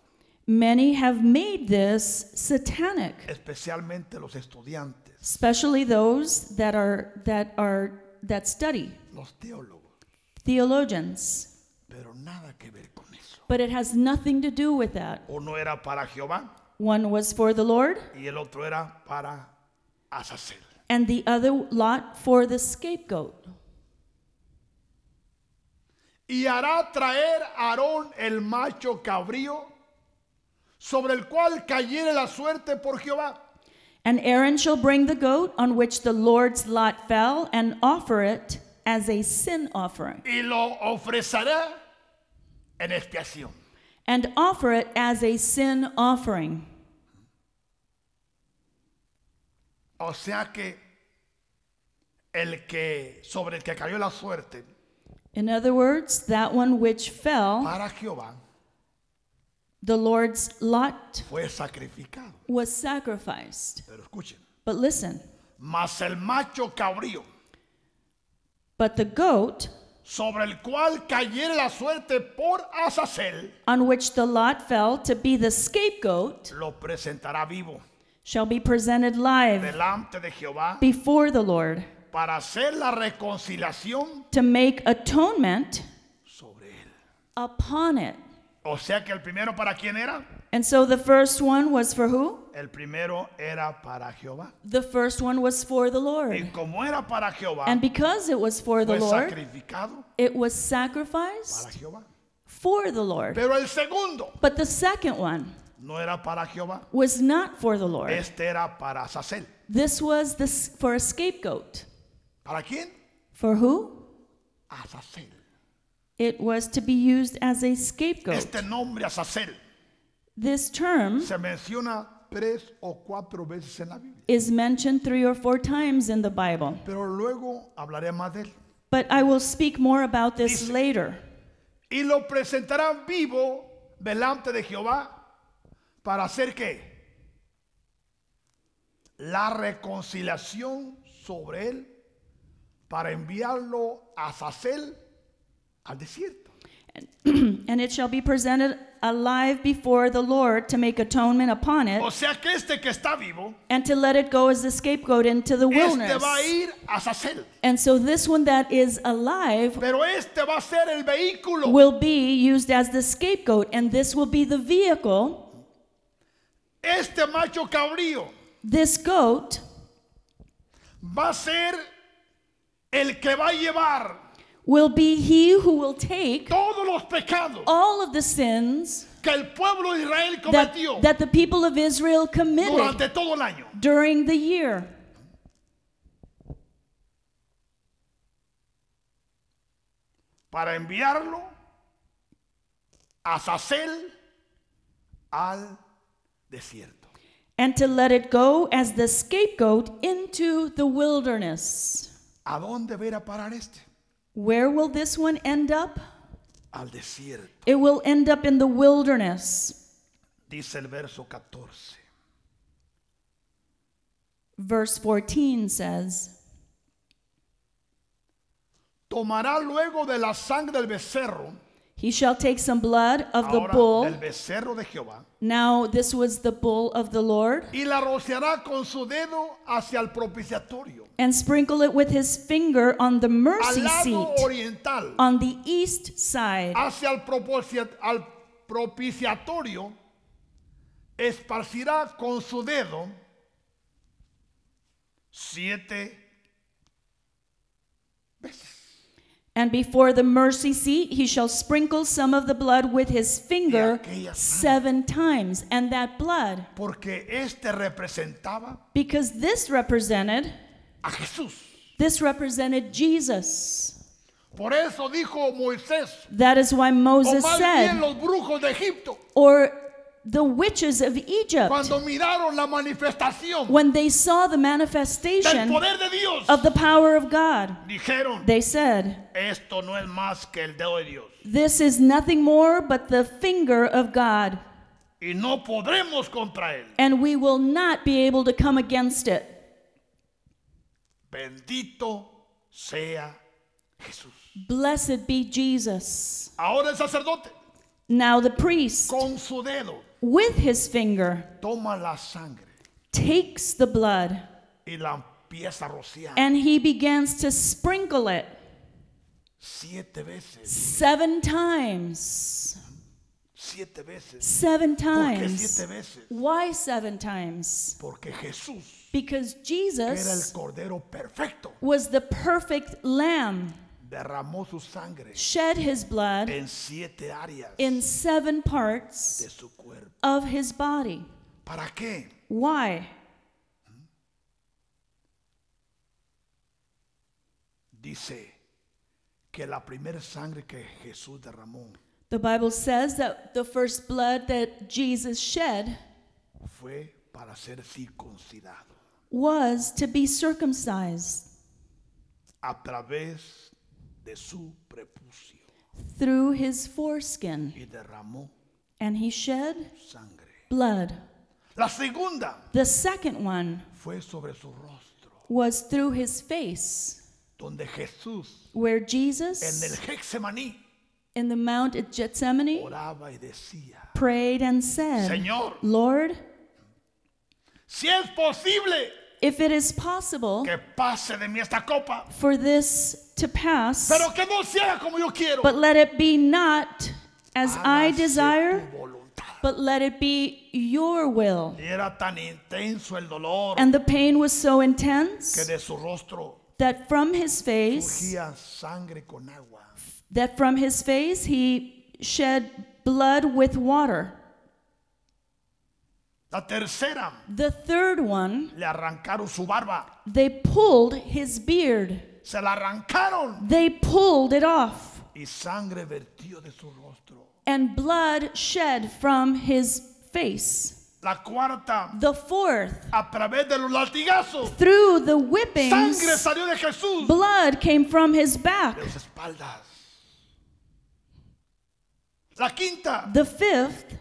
[SPEAKER 2] Many have made this satanic,
[SPEAKER 1] especialmente los estudiantes,
[SPEAKER 2] especially those that are that are that study
[SPEAKER 1] los teólogos,
[SPEAKER 2] theologians.
[SPEAKER 1] pero nada que ver con eso.
[SPEAKER 2] But it has nothing to do with that.
[SPEAKER 1] Uno era para Jehová
[SPEAKER 2] One was for the Lord,
[SPEAKER 1] y el otro era para Azazel.
[SPEAKER 2] and the other lot for the scapegoat.
[SPEAKER 1] Y hará traer a Aarón el macho cabrío sobre el cual cayere la suerte por Jehová.
[SPEAKER 2] And Aaron shall bring the goat on which the Lord's lot fell and offer it as a sin offering,
[SPEAKER 1] Y lo ofrecerá en expiación.
[SPEAKER 2] and offer it as a sin offering.
[SPEAKER 1] O sea que el que sobre el que cayó la suerte
[SPEAKER 2] In other words, that one which fell,
[SPEAKER 1] para Jehová
[SPEAKER 2] the Lord's lot,
[SPEAKER 1] fue sacrificado.
[SPEAKER 2] was sacrificed.
[SPEAKER 1] Pero escuchen,
[SPEAKER 2] But listen,
[SPEAKER 1] mas el macho cabrío
[SPEAKER 2] but the goat
[SPEAKER 1] sobre el cual cayere la suerte por Azazel
[SPEAKER 2] on which the lot fell to be the scapegoat
[SPEAKER 1] lo presentará vivo
[SPEAKER 2] shall be presented live
[SPEAKER 1] delante de Jehová
[SPEAKER 2] before the Lord
[SPEAKER 1] para hacer la reconciliación
[SPEAKER 2] to make atonement
[SPEAKER 1] sobre él.
[SPEAKER 2] upon it.
[SPEAKER 1] O sea que el primero para quién era?
[SPEAKER 2] And so the first one was for who?
[SPEAKER 1] El primero era para Jehová.
[SPEAKER 2] The first one was for the
[SPEAKER 1] Y
[SPEAKER 2] Lord.
[SPEAKER 1] como era para Jehová,
[SPEAKER 2] And because it was for the
[SPEAKER 1] fue
[SPEAKER 2] Lord,
[SPEAKER 1] sacrificado
[SPEAKER 2] it was
[SPEAKER 1] para
[SPEAKER 2] sacrificed
[SPEAKER 1] Jehová.
[SPEAKER 2] for the Lord.
[SPEAKER 1] Pero el segundo
[SPEAKER 2] But the second one
[SPEAKER 1] no era para Jehová.
[SPEAKER 2] was not for the Lord.
[SPEAKER 1] Este era para Sacel.
[SPEAKER 2] This was this for a scapegoat.
[SPEAKER 1] ¿Para quién?
[SPEAKER 2] For who?
[SPEAKER 1] Azazel.
[SPEAKER 2] It was to be used as a scapegoat.
[SPEAKER 1] Este nombre Azazel
[SPEAKER 2] This term
[SPEAKER 1] se menciona tres o cuatro veces en la Biblia.
[SPEAKER 2] is mentioned three or four times in the Bible.
[SPEAKER 1] Pero luego hablaré más de él.
[SPEAKER 2] But I will speak more about this
[SPEAKER 1] Dice-
[SPEAKER 2] later.
[SPEAKER 1] Y lo presentarán vivo delante de Jehová para hacer qué? La reconciliación sobre él para enviarlo a Azazel al desierto.
[SPEAKER 2] and it shall be presented alive before the Lord to make atonement upon
[SPEAKER 1] O
[SPEAKER 2] it,
[SPEAKER 1] sea que este que está vivo,
[SPEAKER 2] and to let it go as a scapegoat into the
[SPEAKER 1] este va a
[SPEAKER 2] wilderness.
[SPEAKER 1] ir a Azazel.
[SPEAKER 2] And so this one that is alive
[SPEAKER 1] Pero este va a ser el vehículo
[SPEAKER 2] will be used as the scapegoat, and this will be the vehicle,
[SPEAKER 1] Este macho cabrío
[SPEAKER 2] this goat
[SPEAKER 1] va a ser el que va a llevar
[SPEAKER 2] will be he who will take
[SPEAKER 1] todos los pecados
[SPEAKER 2] all of the sins
[SPEAKER 1] que el pueblo de Israel
[SPEAKER 2] that,
[SPEAKER 1] cometió
[SPEAKER 2] that the people of Israel committed
[SPEAKER 1] durante todo el año.
[SPEAKER 2] during the year.
[SPEAKER 1] Para enviarlo a Sacel al desierto.
[SPEAKER 2] and to let it go as the scapegoat into the wilderness.
[SPEAKER 1] ¿A dónde va a ir a parar este?
[SPEAKER 2] Where will this one end up?
[SPEAKER 1] Al desierto,
[SPEAKER 2] It will end up in the wilderness.
[SPEAKER 1] dice el verso 14.
[SPEAKER 2] Verse 14 says,
[SPEAKER 1] Tomará luego de la sangre del becerro,
[SPEAKER 2] He shall take some blood of the
[SPEAKER 1] ahora del
[SPEAKER 2] bull.
[SPEAKER 1] becerro de Jehová,
[SPEAKER 2] Now, this was the bull of the Lord.
[SPEAKER 1] y la rociará con su dedo hacia el propiciatorio.
[SPEAKER 2] And sprinkle it with his finger on the
[SPEAKER 1] al
[SPEAKER 2] mercy
[SPEAKER 1] lado
[SPEAKER 2] seat
[SPEAKER 1] oriental,
[SPEAKER 2] on the east side.
[SPEAKER 1] hacia el propicia- al propiciatorio, esparcirá con su dedo siete
[SPEAKER 2] And before the mercy seat, he shall sprinkle some of the blood with his finger
[SPEAKER 1] aquella sangre.
[SPEAKER 2] seven times. And that blood
[SPEAKER 1] porque este representaba
[SPEAKER 2] Because this represented,
[SPEAKER 1] a Jesús.
[SPEAKER 2] this represented Jesus.
[SPEAKER 1] Por eso dijo Moisés,
[SPEAKER 2] That is why
[SPEAKER 1] o
[SPEAKER 2] Moses
[SPEAKER 1] más bien
[SPEAKER 2] said,
[SPEAKER 1] los brujos de Egipto,
[SPEAKER 2] or the witches of Egypt,
[SPEAKER 1] cuando miraron la manifestación
[SPEAKER 2] when they saw the
[SPEAKER 1] del
[SPEAKER 2] manifestation
[SPEAKER 1] poder de Dios,
[SPEAKER 2] of the power of God,
[SPEAKER 1] dijeron,
[SPEAKER 2] they said,
[SPEAKER 1] esto no es más que el dedo de Dios.
[SPEAKER 2] This is nothing more but the finger of God,
[SPEAKER 1] Y no podremos contra él.
[SPEAKER 2] and we will not be able to come against it.
[SPEAKER 1] Bendito sea Jesús.
[SPEAKER 2] Blessed be Jesus.
[SPEAKER 1] Ahora el sacerdote,
[SPEAKER 2] Now the priest,
[SPEAKER 1] con su dedo,
[SPEAKER 2] with his finger,
[SPEAKER 1] toma la sangre
[SPEAKER 2] takes the blood.
[SPEAKER 1] y la empieza a rociar
[SPEAKER 2] and he begins to sprinkle it
[SPEAKER 1] siete veces,
[SPEAKER 2] seven times.
[SPEAKER 1] siete veces.
[SPEAKER 2] Seven
[SPEAKER 1] ¿Por qué siete
[SPEAKER 2] times.
[SPEAKER 1] veces?
[SPEAKER 2] Why seven times?
[SPEAKER 1] Porque Jesús
[SPEAKER 2] Because
[SPEAKER 1] era el
[SPEAKER 2] Jesus
[SPEAKER 1] cordero perfecto.
[SPEAKER 2] was the perfect lamb,
[SPEAKER 1] Derramó su sangre
[SPEAKER 2] shed his blood
[SPEAKER 1] en siete áreas
[SPEAKER 2] in seven
[SPEAKER 1] de
[SPEAKER 2] parts
[SPEAKER 1] su cuerpo.
[SPEAKER 2] of his body.
[SPEAKER 1] ¿Para qué?
[SPEAKER 2] Why?
[SPEAKER 1] Dice que la primera sangre que Jesús derramó
[SPEAKER 2] The Bible says that the first blood that Jesus shed
[SPEAKER 1] fue para ser circuncidado.
[SPEAKER 2] was to be circumcised
[SPEAKER 1] a través de su prepucio
[SPEAKER 2] through his foreskin,
[SPEAKER 1] y derramó
[SPEAKER 2] and he shed
[SPEAKER 1] sangre.
[SPEAKER 2] blood.
[SPEAKER 1] La segunda
[SPEAKER 2] The second one
[SPEAKER 1] fue sobre su rostro,
[SPEAKER 2] was through his face,
[SPEAKER 1] donde Jesús
[SPEAKER 2] where
[SPEAKER 1] en el
[SPEAKER 2] Jesus
[SPEAKER 1] Hexemaní
[SPEAKER 2] in the Mount at Gethsemane
[SPEAKER 1] oraba y decía,
[SPEAKER 2] prayed and said,
[SPEAKER 1] Señor,
[SPEAKER 2] Lord,
[SPEAKER 1] si es posible
[SPEAKER 2] if it is possible
[SPEAKER 1] que pase de mí esta copa,
[SPEAKER 2] for this to pass,
[SPEAKER 1] pero que no sea como yo quiero,
[SPEAKER 2] but let it be not as I
[SPEAKER 1] hágase
[SPEAKER 2] desire,
[SPEAKER 1] tu voluntad.
[SPEAKER 2] but let it be your will.
[SPEAKER 1] Y era tan intenso el dolor
[SPEAKER 2] And the pain was so
[SPEAKER 1] que
[SPEAKER 2] intense
[SPEAKER 1] de su rostro
[SPEAKER 2] that from his face,
[SPEAKER 1] surgía sangre con agua.
[SPEAKER 2] that from his face he shed blood with water.
[SPEAKER 1] La tercera,
[SPEAKER 2] The third one,
[SPEAKER 1] le arrancaron su barba.
[SPEAKER 2] they pulled his beard.
[SPEAKER 1] Se la arrancaron
[SPEAKER 2] They pulled it off,
[SPEAKER 1] y sangre vertió de su rostro.
[SPEAKER 2] and blood shed from his face.
[SPEAKER 1] La cuarta,
[SPEAKER 2] The fourth,
[SPEAKER 1] a través de los latigazos,
[SPEAKER 2] through the
[SPEAKER 1] sangre
[SPEAKER 2] whippings,
[SPEAKER 1] salió de Jesús
[SPEAKER 2] blood came from his back.
[SPEAKER 1] de sus espaldas. La quinta,
[SPEAKER 2] The fifth,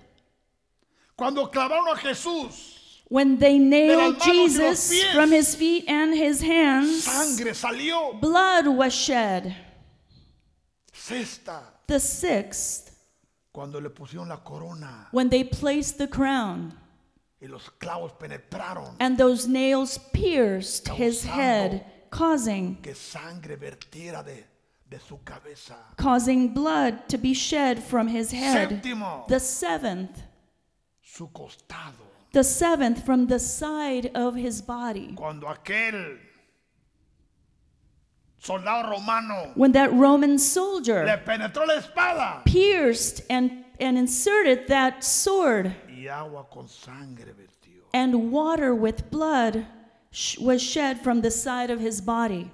[SPEAKER 1] cuando clavaron a Jesús,
[SPEAKER 2] when they nailed
[SPEAKER 1] manos y los
[SPEAKER 2] Jesus
[SPEAKER 1] pies.
[SPEAKER 2] from his feet and his hands,
[SPEAKER 1] sangre salió.
[SPEAKER 2] blood was shed.
[SPEAKER 1] Sexta,
[SPEAKER 2] The sixth,
[SPEAKER 1] cuando le pusieron la corona
[SPEAKER 2] when they placed the crown
[SPEAKER 1] y los clavos penetraron,
[SPEAKER 2] and those nails pierced his
[SPEAKER 1] Causando.
[SPEAKER 2] head, causing
[SPEAKER 1] que sangre vertiera de, de su cabeza.
[SPEAKER 2] causing blood to be shed from his head.
[SPEAKER 1] Séptimo,
[SPEAKER 2] The seventh,
[SPEAKER 1] su costado.
[SPEAKER 2] the seventh from the side of his body.
[SPEAKER 1] cuando aquel soldado romano
[SPEAKER 2] When that Roman soldier
[SPEAKER 1] le penetró la espada
[SPEAKER 2] pierced and, and inserted that sword,
[SPEAKER 1] y agua con sangre vertió.
[SPEAKER 2] and water with blood sh- was shed from the side of his body.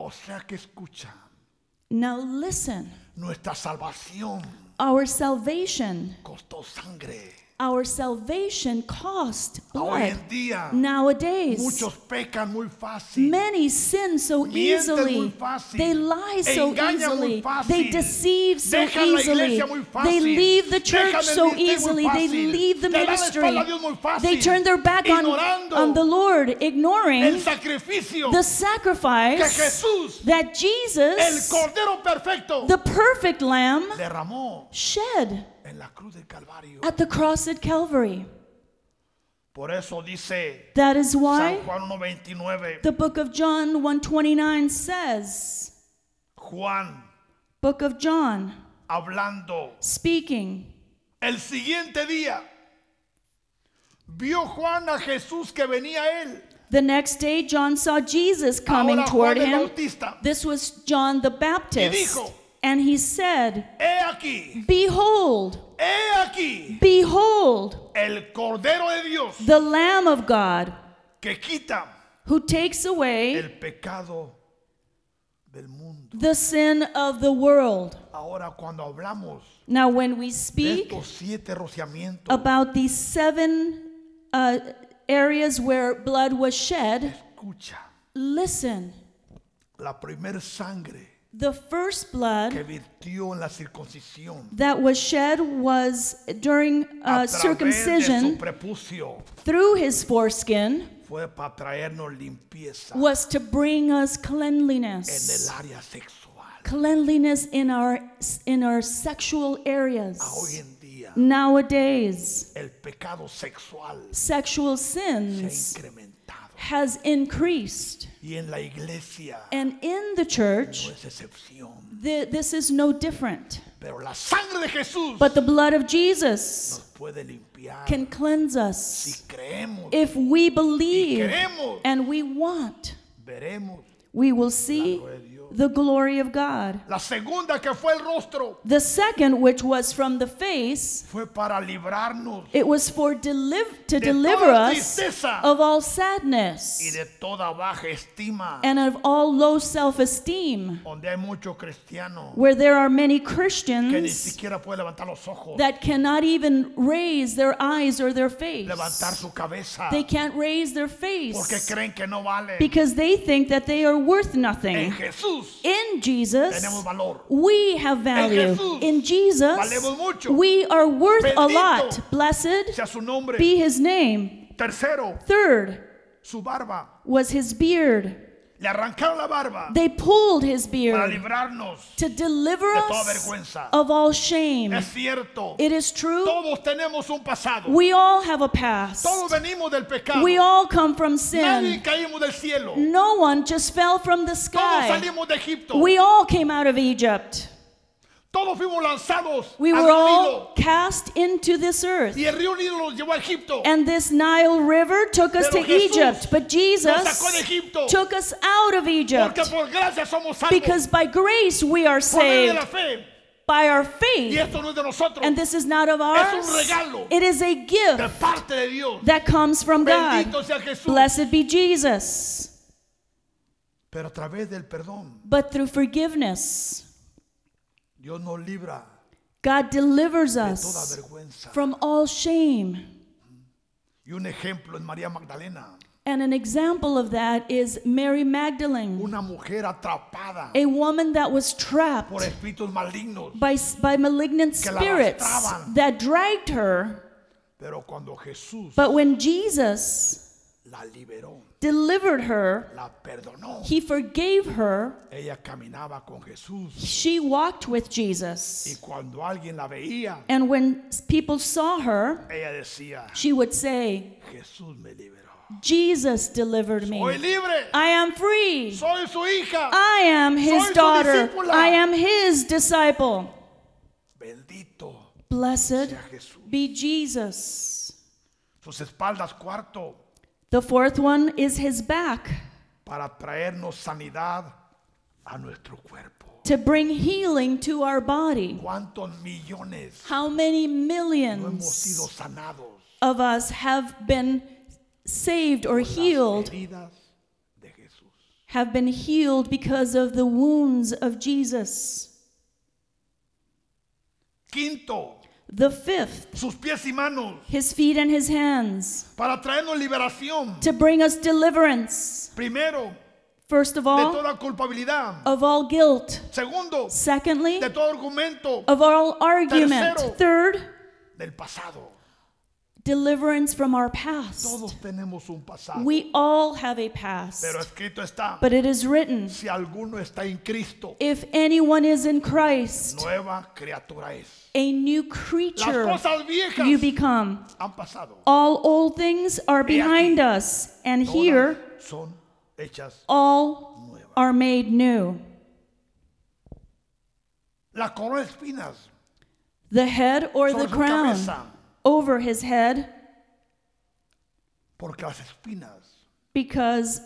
[SPEAKER 1] O sea que escucha,
[SPEAKER 2] Now listen,
[SPEAKER 1] nuestra salvación
[SPEAKER 2] our salvation,
[SPEAKER 1] costó sangre.
[SPEAKER 2] our salvation cost
[SPEAKER 1] Hoy
[SPEAKER 2] blood.
[SPEAKER 1] en día
[SPEAKER 2] Nowadays,
[SPEAKER 1] muchos pecan muy fácil.
[SPEAKER 2] Many sin so
[SPEAKER 1] Mienten muy
[SPEAKER 2] easily.
[SPEAKER 1] fácil.
[SPEAKER 2] They lie so
[SPEAKER 1] Engañan muy
[SPEAKER 2] easily.
[SPEAKER 1] fácil.
[SPEAKER 2] They deceive so
[SPEAKER 1] Dejan la
[SPEAKER 2] easily.
[SPEAKER 1] iglesia muy
[SPEAKER 2] They
[SPEAKER 1] fácil.
[SPEAKER 2] leave the
[SPEAKER 1] Dejan
[SPEAKER 2] church
[SPEAKER 1] el
[SPEAKER 2] so
[SPEAKER 1] ministerio muy
[SPEAKER 2] easily. They
[SPEAKER 1] fácil.
[SPEAKER 2] leave the
[SPEAKER 1] Le dan la
[SPEAKER 2] ministry.
[SPEAKER 1] espalda a Dios muy fácil.
[SPEAKER 2] They turn their back on,
[SPEAKER 1] Ignorando
[SPEAKER 2] on the Lord, ignoring
[SPEAKER 1] El sacrificio
[SPEAKER 2] the
[SPEAKER 1] que
[SPEAKER 2] sacrifice
[SPEAKER 1] Jesús,
[SPEAKER 2] that
[SPEAKER 1] el
[SPEAKER 2] Jesus,
[SPEAKER 1] Cordero Perfecto,
[SPEAKER 2] the perfect Lamb,
[SPEAKER 1] derramó
[SPEAKER 2] shed
[SPEAKER 1] en la cruz del Calvario.
[SPEAKER 2] at the cross at Calvary.
[SPEAKER 1] Por eso dice
[SPEAKER 2] That is why
[SPEAKER 1] San Juan 1.29,
[SPEAKER 2] the book of John 129 says,
[SPEAKER 1] Juan
[SPEAKER 2] Book of John,
[SPEAKER 1] hablando.
[SPEAKER 2] speaking.
[SPEAKER 1] El siguiente día vio Juan a Jesús que venía a él.
[SPEAKER 2] The next day, John saw Jesus coming
[SPEAKER 1] Ahora
[SPEAKER 2] toward
[SPEAKER 1] Juan el
[SPEAKER 2] him.
[SPEAKER 1] Bautista.
[SPEAKER 2] This was John the Baptist.
[SPEAKER 1] dijo,
[SPEAKER 2] and he said,
[SPEAKER 1] He aquí,
[SPEAKER 2] Behold,
[SPEAKER 1] he aquí,
[SPEAKER 2] behold,
[SPEAKER 1] el Cordero de Dios
[SPEAKER 2] the Lamb of God
[SPEAKER 1] que quita
[SPEAKER 2] who takes away
[SPEAKER 1] el pecado del mundo.
[SPEAKER 2] the sin of the world.
[SPEAKER 1] Ahora cuando hablamos
[SPEAKER 2] Now, when we
[SPEAKER 1] de
[SPEAKER 2] speak
[SPEAKER 1] estos siete rociamientos,
[SPEAKER 2] about these seven uh, areas where blood was shed,
[SPEAKER 1] escucha,
[SPEAKER 2] listen.
[SPEAKER 1] la primer sangre
[SPEAKER 2] The first
[SPEAKER 1] que
[SPEAKER 2] blood
[SPEAKER 1] vertió en la circuncisión
[SPEAKER 2] that was shed was during
[SPEAKER 1] a través
[SPEAKER 2] uh,
[SPEAKER 1] de su
[SPEAKER 2] circumcision
[SPEAKER 1] prepucio
[SPEAKER 2] through his foreskin.
[SPEAKER 1] fue para traernos limpieza
[SPEAKER 2] was to bring us
[SPEAKER 1] en
[SPEAKER 2] cleanliness
[SPEAKER 1] el área sexual.
[SPEAKER 2] cleanliness in our in our sexual
[SPEAKER 1] A Ah, Hoy
[SPEAKER 2] areas
[SPEAKER 1] en día
[SPEAKER 2] nowadays
[SPEAKER 1] el pecado sexual
[SPEAKER 2] sexual
[SPEAKER 1] se ha
[SPEAKER 2] sins
[SPEAKER 1] incrementado
[SPEAKER 2] has increased
[SPEAKER 1] y en la iglesia
[SPEAKER 2] and in the
[SPEAKER 1] no
[SPEAKER 2] church
[SPEAKER 1] Pues es excepción.
[SPEAKER 2] thi- this is no different
[SPEAKER 1] Pero la sangre de Jesús
[SPEAKER 2] but the blood of
[SPEAKER 1] nos
[SPEAKER 2] Jesus
[SPEAKER 1] puede limpiar
[SPEAKER 2] can cleanse
[SPEAKER 1] si
[SPEAKER 2] us
[SPEAKER 1] creemos
[SPEAKER 2] if we
[SPEAKER 1] y
[SPEAKER 2] believe
[SPEAKER 1] queremos
[SPEAKER 2] and we want
[SPEAKER 1] veremos
[SPEAKER 2] we will
[SPEAKER 1] la
[SPEAKER 2] see
[SPEAKER 1] gloria de Dios.
[SPEAKER 2] the glory of God
[SPEAKER 1] La segunda que fue el rostro
[SPEAKER 2] the second which was from the face
[SPEAKER 1] fue para librarnos
[SPEAKER 2] It was for deliv- to
[SPEAKER 1] de
[SPEAKER 2] deliver
[SPEAKER 1] toda
[SPEAKER 2] us
[SPEAKER 1] tristeza
[SPEAKER 2] of all
[SPEAKER 1] y
[SPEAKER 2] sadness
[SPEAKER 1] de toda baja estima
[SPEAKER 2] and of all low self esteem,
[SPEAKER 1] donde hay muchos cristianos
[SPEAKER 2] where there are many
[SPEAKER 1] que ni
[SPEAKER 2] Christians
[SPEAKER 1] siquiera puede levantar los ojos,
[SPEAKER 2] that cannot even raise their eyes or their face.
[SPEAKER 1] levantar su cabeza,
[SPEAKER 2] They can't raise their
[SPEAKER 1] porque
[SPEAKER 2] face
[SPEAKER 1] creen que no vale.
[SPEAKER 2] because they think that they are worth
[SPEAKER 1] En
[SPEAKER 2] nothing.
[SPEAKER 1] Jesús
[SPEAKER 2] In Jesus,
[SPEAKER 1] tenemos valor.
[SPEAKER 2] we have value.
[SPEAKER 1] Jesús,
[SPEAKER 2] In Jesus,
[SPEAKER 1] valemos mucho.
[SPEAKER 2] we are worth a
[SPEAKER 1] Bendito
[SPEAKER 2] lot. Blessed
[SPEAKER 1] Sea su nombre.
[SPEAKER 2] be his name.
[SPEAKER 1] Tercero,
[SPEAKER 2] Third
[SPEAKER 1] su barba.
[SPEAKER 2] was his beard.
[SPEAKER 1] Le arrancaron la barba
[SPEAKER 2] They pulled his
[SPEAKER 1] para
[SPEAKER 2] beard
[SPEAKER 1] librarnos
[SPEAKER 2] to deliver
[SPEAKER 1] de toda
[SPEAKER 2] us
[SPEAKER 1] vergüenza.
[SPEAKER 2] of all shame.
[SPEAKER 1] Es cierto,
[SPEAKER 2] It is true,
[SPEAKER 1] todos tenemos un pasado.
[SPEAKER 2] we all have a past.
[SPEAKER 1] Todos venimos del pecado.
[SPEAKER 2] We all come from sin.
[SPEAKER 1] Nadie caímos del cielo.
[SPEAKER 2] No one just fell from the
[SPEAKER 1] Todos
[SPEAKER 2] sky.
[SPEAKER 1] salimos de Egipto.
[SPEAKER 2] We all came out of Egypt.
[SPEAKER 1] Todos fuimos lanzados
[SPEAKER 2] We
[SPEAKER 1] al
[SPEAKER 2] were
[SPEAKER 1] río
[SPEAKER 2] all
[SPEAKER 1] Nilo.
[SPEAKER 2] cast into this earth.
[SPEAKER 1] Y el río Nilo nos llevó a Egipto.
[SPEAKER 2] And this Nile River took us to
[SPEAKER 1] Pero Jesús
[SPEAKER 2] Egypt. But
[SPEAKER 1] nos sacó de
[SPEAKER 2] Jesus
[SPEAKER 1] Egipto.
[SPEAKER 2] took us out of Egypt.
[SPEAKER 1] Porque por gracia somos salvos.
[SPEAKER 2] Because by grace we are
[SPEAKER 1] por medio de
[SPEAKER 2] saved.
[SPEAKER 1] la fe.
[SPEAKER 2] By our
[SPEAKER 1] Y
[SPEAKER 2] faith.
[SPEAKER 1] esto no es de nosotros.
[SPEAKER 2] And this is not of ours.
[SPEAKER 1] regalo.
[SPEAKER 2] It is a
[SPEAKER 1] de
[SPEAKER 2] gift
[SPEAKER 1] parte de Dios.
[SPEAKER 2] that comes from God.
[SPEAKER 1] Bendito sea Jesús.
[SPEAKER 2] Blessed be Jesus.
[SPEAKER 1] Pero a través del perdón,
[SPEAKER 2] But through forgiveness,
[SPEAKER 1] Dios nos libra
[SPEAKER 2] God delivers
[SPEAKER 1] de toda
[SPEAKER 2] us
[SPEAKER 1] vergüenza.
[SPEAKER 2] from all shame.
[SPEAKER 1] Y un ejemplo es María Magdalena,
[SPEAKER 2] And an example of that is Mary Magdalene,
[SPEAKER 1] una mujer atrapada
[SPEAKER 2] a woman that was
[SPEAKER 1] por
[SPEAKER 2] trapped
[SPEAKER 1] espíritus malignos.
[SPEAKER 2] by, by malignant
[SPEAKER 1] Que la
[SPEAKER 2] spirits
[SPEAKER 1] arrastraban.
[SPEAKER 2] that dragged her.
[SPEAKER 1] Pero cuando Jesús
[SPEAKER 2] But when Jesus
[SPEAKER 1] la liberó,
[SPEAKER 2] delivered her,
[SPEAKER 1] la perdonó,
[SPEAKER 2] he forgave her.
[SPEAKER 1] ella caminaba con Jesús.
[SPEAKER 2] She walked with
[SPEAKER 1] Y
[SPEAKER 2] Jesus.
[SPEAKER 1] cuando alguien la veía,
[SPEAKER 2] And when people saw her,
[SPEAKER 1] ella decía,
[SPEAKER 2] she would say,
[SPEAKER 1] Jesús me liberó.
[SPEAKER 2] Jesus delivered
[SPEAKER 1] Soy
[SPEAKER 2] me. Ah.
[SPEAKER 1] libre,
[SPEAKER 2] I am free.
[SPEAKER 1] soy su hija.
[SPEAKER 2] I am his
[SPEAKER 1] Soy su
[SPEAKER 2] daughter.
[SPEAKER 1] discípula.
[SPEAKER 2] I am his disciple.
[SPEAKER 1] Bendito
[SPEAKER 2] Blessed
[SPEAKER 1] sea Jesús.
[SPEAKER 2] be Jesus.
[SPEAKER 1] Sus espaldas cuarto
[SPEAKER 2] The fourth one is his back
[SPEAKER 1] para traernos sanidad a nuestro cuerpo.
[SPEAKER 2] to bring healing to our body.
[SPEAKER 1] ¿Cuántos millones
[SPEAKER 2] How many
[SPEAKER 1] no hemos sido
[SPEAKER 2] millions
[SPEAKER 1] sanados?
[SPEAKER 2] of us have been saved or
[SPEAKER 1] Las
[SPEAKER 2] healed,
[SPEAKER 1] heridas de Jesús.
[SPEAKER 2] have been healed because of the wounds of Jesus?
[SPEAKER 1] Quinto,
[SPEAKER 2] The fifth,
[SPEAKER 1] sus pies y manos
[SPEAKER 2] his feet and his hands
[SPEAKER 1] para traernos liberación.
[SPEAKER 2] to bring us deliverance,
[SPEAKER 1] Primero, de
[SPEAKER 2] first of all,
[SPEAKER 1] toda culpabilidad.
[SPEAKER 2] of all guilt,
[SPEAKER 1] Segundo,
[SPEAKER 2] secondly,
[SPEAKER 1] de todo argumento
[SPEAKER 2] of all argument,
[SPEAKER 1] Tercero.
[SPEAKER 2] third,
[SPEAKER 1] del pasado.
[SPEAKER 2] deliverance from our past.
[SPEAKER 1] Todos tenemos un pasado,
[SPEAKER 2] We all have a past,
[SPEAKER 1] pero escrito está,
[SPEAKER 2] but it is written
[SPEAKER 1] si alguno está en Cristo,
[SPEAKER 2] if anyone is in Christ,
[SPEAKER 1] nueva criatura es.
[SPEAKER 2] a new
[SPEAKER 1] Las
[SPEAKER 2] creature
[SPEAKER 1] cosas viejas
[SPEAKER 2] you become.
[SPEAKER 1] han pasado.
[SPEAKER 2] All old things are behind us, and
[SPEAKER 1] Todas
[SPEAKER 2] here
[SPEAKER 1] son hechas
[SPEAKER 2] all
[SPEAKER 1] nuevas.
[SPEAKER 2] are made new.
[SPEAKER 1] La corona de espinas
[SPEAKER 2] The head or
[SPEAKER 1] sobre
[SPEAKER 2] the
[SPEAKER 1] su
[SPEAKER 2] crown
[SPEAKER 1] cabeza,
[SPEAKER 2] over his head,
[SPEAKER 1] porque las espinas
[SPEAKER 2] because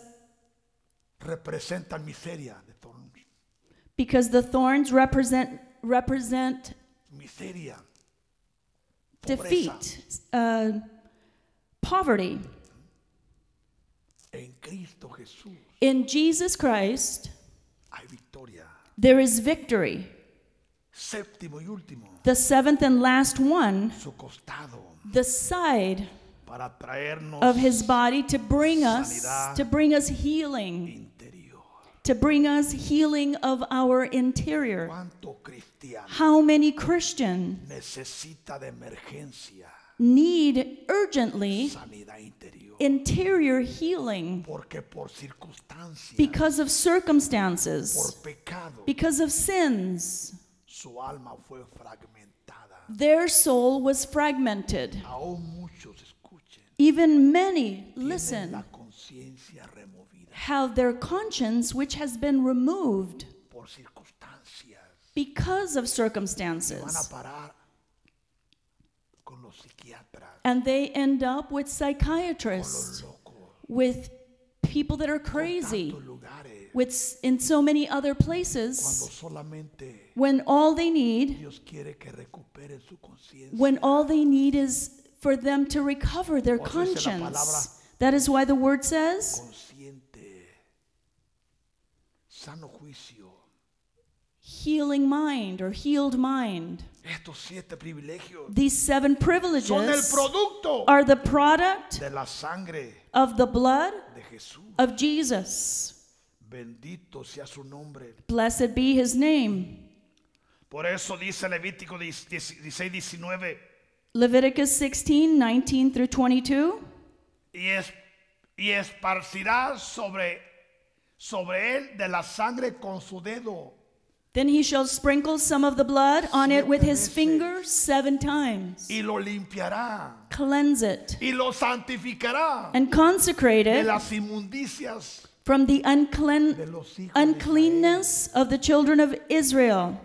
[SPEAKER 1] representan miseria de todos.
[SPEAKER 2] because the thorns represent represent
[SPEAKER 1] miseria, pobreza.
[SPEAKER 2] defeat, uh, poverty.
[SPEAKER 1] En Cristo Jesús
[SPEAKER 2] In Jesus Christ,
[SPEAKER 1] hay victoria.
[SPEAKER 2] there is victory.
[SPEAKER 1] Séptimo y último,
[SPEAKER 2] The seventh and last one,
[SPEAKER 1] su costado
[SPEAKER 2] the side
[SPEAKER 1] para traernos
[SPEAKER 2] of his body to bring us
[SPEAKER 1] Sanidad.
[SPEAKER 2] to bring us healing,
[SPEAKER 1] interior.
[SPEAKER 2] to bring us healing of our interior.
[SPEAKER 1] ¿Cuánto cristiano
[SPEAKER 2] How many Christian
[SPEAKER 1] necesita de emergencia
[SPEAKER 2] need urgently
[SPEAKER 1] sanidad interior?
[SPEAKER 2] interior healing
[SPEAKER 1] Porque por circunstancias,
[SPEAKER 2] because of circumstances,
[SPEAKER 1] por pecado,
[SPEAKER 2] because of sins.
[SPEAKER 1] su alma fue fragmentada.
[SPEAKER 2] Their soul was fragmented.
[SPEAKER 1] Aún muchos escuchen.
[SPEAKER 2] Even many
[SPEAKER 1] Tienen
[SPEAKER 2] listen
[SPEAKER 1] la conciencia removida
[SPEAKER 2] have their conscience which has been removed
[SPEAKER 1] por circunstancias.
[SPEAKER 2] because
[SPEAKER 1] Van
[SPEAKER 2] of
[SPEAKER 1] a
[SPEAKER 2] circumstances.
[SPEAKER 1] parar con los psiquiatras,
[SPEAKER 2] And they end up with
[SPEAKER 1] con los
[SPEAKER 2] psychiatrists,
[SPEAKER 1] locos,
[SPEAKER 2] with people that are crazy,
[SPEAKER 1] tantos lugares,
[SPEAKER 2] with s- in so many other
[SPEAKER 1] cuando
[SPEAKER 2] places
[SPEAKER 1] solamente
[SPEAKER 2] when all they need
[SPEAKER 1] Dios quiere que recuperen su conciencia.
[SPEAKER 2] when all they need is for them to recover their
[SPEAKER 1] Por eso dice la
[SPEAKER 2] conscience.
[SPEAKER 1] palabra-
[SPEAKER 2] That is why the word says
[SPEAKER 1] Consciente, sano juicio.
[SPEAKER 2] healing mind or healed mind.
[SPEAKER 1] Estos siete privilegios
[SPEAKER 2] These seven
[SPEAKER 1] son el
[SPEAKER 2] privileges
[SPEAKER 1] producto
[SPEAKER 2] are the product
[SPEAKER 1] de la sangre
[SPEAKER 2] of the blood
[SPEAKER 1] de Jesús.
[SPEAKER 2] of Jesus.
[SPEAKER 1] Bendito sea su nombre.
[SPEAKER 2] Blessed be his name.
[SPEAKER 1] Por eso dice Levítico 16, 19,
[SPEAKER 2] Leviticus 16, 19 through 22.
[SPEAKER 1] y, es, y esparcirá sobre, sobre él de la sangre con su dedo.
[SPEAKER 2] Then he shall sprinkle some of the blood on it with his finger seven times,
[SPEAKER 1] y lo limpiará
[SPEAKER 2] cleanse it,
[SPEAKER 1] y lo santificará
[SPEAKER 2] and consecrate
[SPEAKER 1] de
[SPEAKER 2] it
[SPEAKER 1] las inmundicias
[SPEAKER 2] from the
[SPEAKER 1] de
[SPEAKER 2] unclean,
[SPEAKER 1] los hijos de Israel.
[SPEAKER 2] uncleanness of the children of Israel.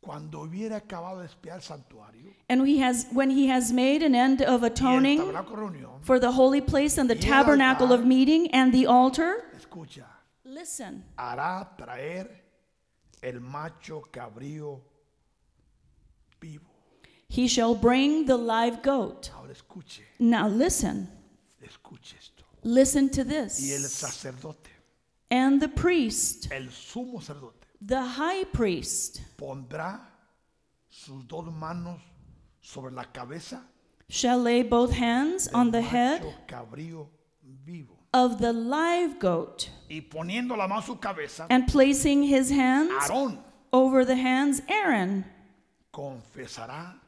[SPEAKER 1] Cuando hubiera acabado de espiar el santuario,
[SPEAKER 2] And he has, when he has made an end of
[SPEAKER 1] y el
[SPEAKER 2] atoning
[SPEAKER 1] tabernáculo de reunión,
[SPEAKER 2] for the holy place and the
[SPEAKER 1] Y el
[SPEAKER 2] tabernacle
[SPEAKER 1] altar.
[SPEAKER 2] of meeting and the altar,
[SPEAKER 1] escucha,
[SPEAKER 2] listen,
[SPEAKER 1] hará traer el macho cabrío vivo.
[SPEAKER 2] he shall bring the live goat.
[SPEAKER 1] Ahora escuche,
[SPEAKER 2] Now listen,
[SPEAKER 1] escuche esto.
[SPEAKER 2] listen to
[SPEAKER 1] Y el
[SPEAKER 2] this.
[SPEAKER 1] sacerdote,
[SPEAKER 2] And the priest,
[SPEAKER 1] el sumo sacerdote,
[SPEAKER 2] the high priest,
[SPEAKER 1] pondrá sus dos manos sobre la cabeza
[SPEAKER 2] shall lay both hands on the
[SPEAKER 1] del
[SPEAKER 2] head
[SPEAKER 1] macho cabrío vivo.
[SPEAKER 2] of the live goat
[SPEAKER 1] Y poniendo la mano a su cabeza,
[SPEAKER 2] and placing his hands
[SPEAKER 1] Aarón
[SPEAKER 2] over the hands Aaron
[SPEAKER 1] confesará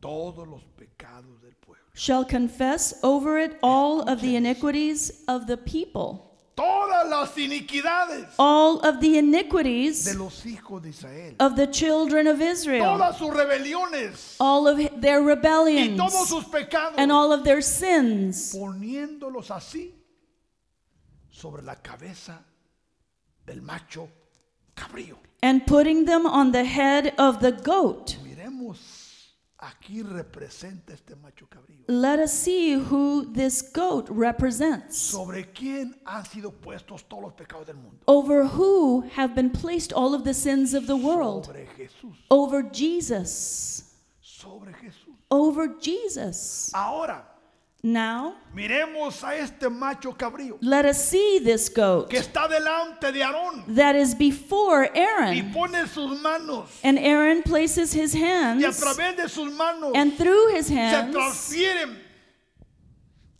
[SPEAKER 1] todos los pecados del pueblo.
[SPEAKER 2] shall confess over it all of the iniquities of the people
[SPEAKER 1] Todas las iniquidades
[SPEAKER 2] all of the
[SPEAKER 1] de
[SPEAKER 2] iniquities
[SPEAKER 1] los hijos de Israel.
[SPEAKER 2] of the children of Israel
[SPEAKER 1] Todas sus rebeliones
[SPEAKER 2] all of their
[SPEAKER 1] y todos
[SPEAKER 2] rebellions
[SPEAKER 1] sus pecados.
[SPEAKER 2] and all of their sins
[SPEAKER 1] Poniéndolos así sobre la cabeza del macho cabrío.
[SPEAKER 2] and putting them on the head of the goat
[SPEAKER 1] Miremos aquí representa este macho cabrío.
[SPEAKER 2] let us see who this goat represents
[SPEAKER 1] Sobre quién han sido puestos todos los pecados del mundo.
[SPEAKER 2] over who have been placed all of the sins of the world
[SPEAKER 1] Sobre Jesús.
[SPEAKER 2] over Jesus
[SPEAKER 1] Sobre Jesús.
[SPEAKER 2] over Jesus
[SPEAKER 1] Ahora,
[SPEAKER 2] now
[SPEAKER 1] miremos a este macho cabrío
[SPEAKER 2] let us see this goat
[SPEAKER 1] que está delante de Aarón
[SPEAKER 2] that is before
[SPEAKER 1] y
[SPEAKER 2] Aaron
[SPEAKER 1] pone sus manos
[SPEAKER 2] and Aaron places his
[SPEAKER 1] y a
[SPEAKER 2] hands
[SPEAKER 1] través de sus manos
[SPEAKER 2] and through his
[SPEAKER 1] se
[SPEAKER 2] hands
[SPEAKER 1] transfieren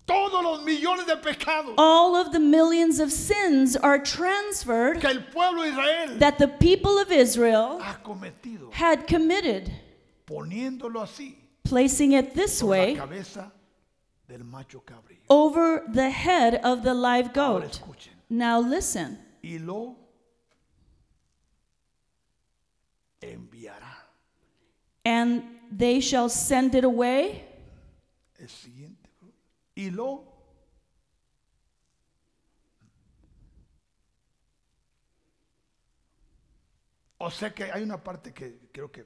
[SPEAKER 1] todos los millones de pecados
[SPEAKER 2] all of the millions of sins are transferred
[SPEAKER 1] que el pueblo de Israel
[SPEAKER 2] that the people of Israel
[SPEAKER 1] ha cometido,
[SPEAKER 2] had committed
[SPEAKER 1] poniéndolo así,
[SPEAKER 2] placing it this
[SPEAKER 1] sobre
[SPEAKER 2] way
[SPEAKER 1] la cabeza del macho cabrío.
[SPEAKER 2] over the head of the live
[SPEAKER 1] Ahora
[SPEAKER 2] goat
[SPEAKER 1] escuchen,
[SPEAKER 2] now listen
[SPEAKER 1] y lo enviará.
[SPEAKER 2] and they shall send it away
[SPEAKER 1] El siguiente, bro. y lo O sea que hay una parte que creo que,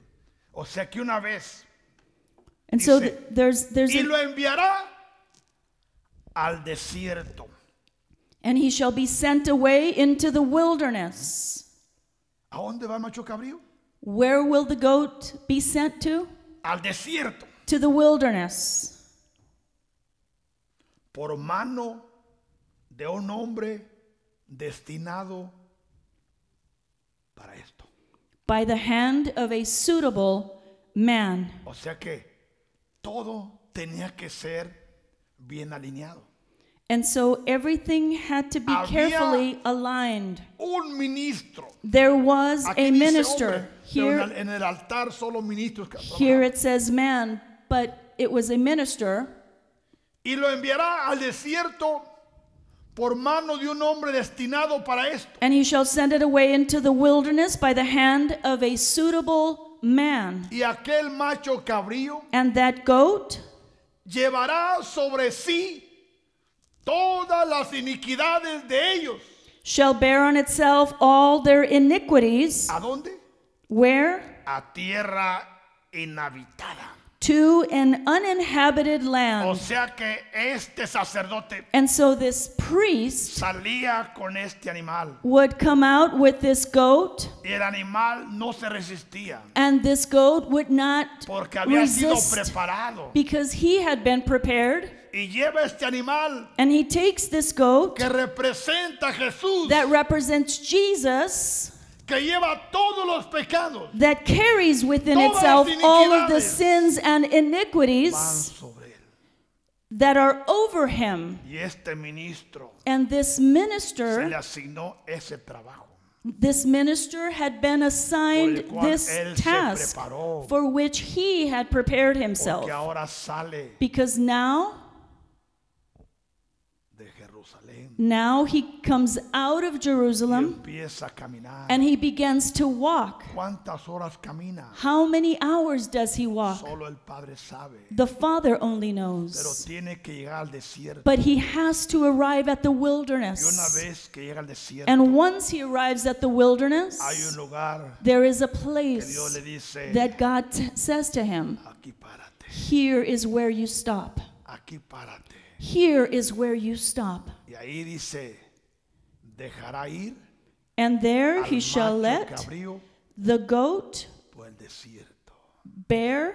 [SPEAKER 1] o sea que una vez
[SPEAKER 2] And so
[SPEAKER 1] Dice,
[SPEAKER 2] th- there's there's
[SPEAKER 1] y
[SPEAKER 2] a,
[SPEAKER 1] lo enviará al desierto.
[SPEAKER 2] and he shall be sent away into the wilderness.
[SPEAKER 1] ¿A dónde va el macho cabrío?
[SPEAKER 2] Where will the goat be sent to?
[SPEAKER 1] Al desierto.
[SPEAKER 2] To the wilderness
[SPEAKER 1] Por mano de un hombre destinado para esto.
[SPEAKER 2] by the hand of a suitable man.
[SPEAKER 1] O sea que todo tenía que ser bien alineado.
[SPEAKER 2] And so everything had to be
[SPEAKER 1] Había-
[SPEAKER 2] carefully aligned.
[SPEAKER 1] Un ministro.
[SPEAKER 2] There was
[SPEAKER 1] Aquí
[SPEAKER 2] a
[SPEAKER 1] dice
[SPEAKER 2] minister.
[SPEAKER 1] hombre, pero en
[SPEAKER 2] Here
[SPEAKER 1] el- en el altar solo ministros. que
[SPEAKER 2] here
[SPEAKER 1] trabajaban.
[SPEAKER 2] it says man, but it was a minister
[SPEAKER 1] Y lo enviará al desierto por mano de un hombre destinado para esto.
[SPEAKER 2] and he shall send it away into the wilderness by the hand of a suitable man.
[SPEAKER 1] Y aquel macho cabrío
[SPEAKER 2] And that goat
[SPEAKER 1] llevará sobre sí todas las iniquidades de ellos.
[SPEAKER 2] shall bear on itself all their iniquities.
[SPEAKER 1] ¿A dónde?
[SPEAKER 2] Where?
[SPEAKER 1] A tierra inhabitada.
[SPEAKER 2] To an uninhabited
[SPEAKER 1] O
[SPEAKER 2] land.
[SPEAKER 1] sea que este sacerdote
[SPEAKER 2] And so this priest
[SPEAKER 1] salía con este animal
[SPEAKER 2] would come out with this goat,
[SPEAKER 1] y el animal no se resistía
[SPEAKER 2] and this goat would not
[SPEAKER 1] porque había sido
[SPEAKER 2] resist
[SPEAKER 1] preparado.
[SPEAKER 2] because he had been prepared.
[SPEAKER 1] Y lleva este animal
[SPEAKER 2] And he takes this goat
[SPEAKER 1] que representa a Jesús,
[SPEAKER 2] that represents Jesus,
[SPEAKER 1] que lleva todos los pecados.
[SPEAKER 2] that carries within
[SPEAKER 1] Todas
[SPEAKER 2] itself
[SPEAKER 1] las
[SPEAKER 2] all of the
[SPEAKER 1] iniquidades.
[SPEAKER 2] sins and
[SPEAKER 1] Van
[SPEAKER 2] iniquities
[SPEAKER 1] sobre él.
[SPEAKER 2] that are over him.
[SPEAKER 1] Y este ministro
[SPEAKER 2] And this
[SPEAKER 1] se
[SPEAKER 2] minister
[SPEAKER 1] le asignó ese trabajo.
[SPEAKER 2] This minister had been assigned
[SPEAKER 1] cual
[SPEAKER 2] this
[SPEAKER 1] él se
[SPEAKER 2] task
[SPEAKER 1] preparó.
[SPEAKER 2] for which he had prepared
[SPEAKER 1] Porque
[SPEAKER 2] himself.
[SPEAKER 1] ahora sale
[SPEAKER 2] Because now
[SPEAKER 1] de Jerusalén. Jerusalén
[SPEAKER 2] Now he comes out of
[SPEAKER 1] y
[SPEAKER 2] Jerusalem
[SPEAKER 1] empieza a caminar.
[SPEAKER 2] and he begins to walk.
[SPEAKER 1] ¿Cuántas horas camina?
[SPEAKER 2] How many hours does he walk?
[SPEAKER 1] Solo el Padre sabe.
[SPEAKER 2] The Father only
[SPEAKER 1] Pero
[SPEAKER 2] knows.
[SPEAKER 1] tiene que llegar al desierto.
[SPEAKER 2] But he has to arrive at the
[SPEAKER 1] Y una
[SPEAKER 2] wilderness.
[SPEAKER 1] vez que llega al desierto,
[SPEAKER 2] And once he arrives at the
[SPEAKER 1] hay un
[SPEAKER 2] wilderness,
[SPEAKER 1] lugar
[SPEAKER 2] there is a
[SPEAKER 1] que Dios le
[SPEAKER 2] place
[SPEAKER 1] dice,
[SPEAKER 2] that God t- says to him,
[SPEAKER 1] aquí párate,
[SPEAKER 2] Here is where you stop.
[SPEAKER 1] aquí párate.
[SPEAKER 2] Here is where you stop.
[SPEAKER 1] Y ahí dice, dejará ir
[SPEAKER 2] And there
[SPEAKER 1] al
[SPEAKER 2] he shall
[SPEAKER 1] macho
[SPEAKER 2] let
[SPEAKER 1] cabrío
[SPEAKER 2] the goat
[SPEAKER 1] por el desierto.
[SPEAKER 2] bear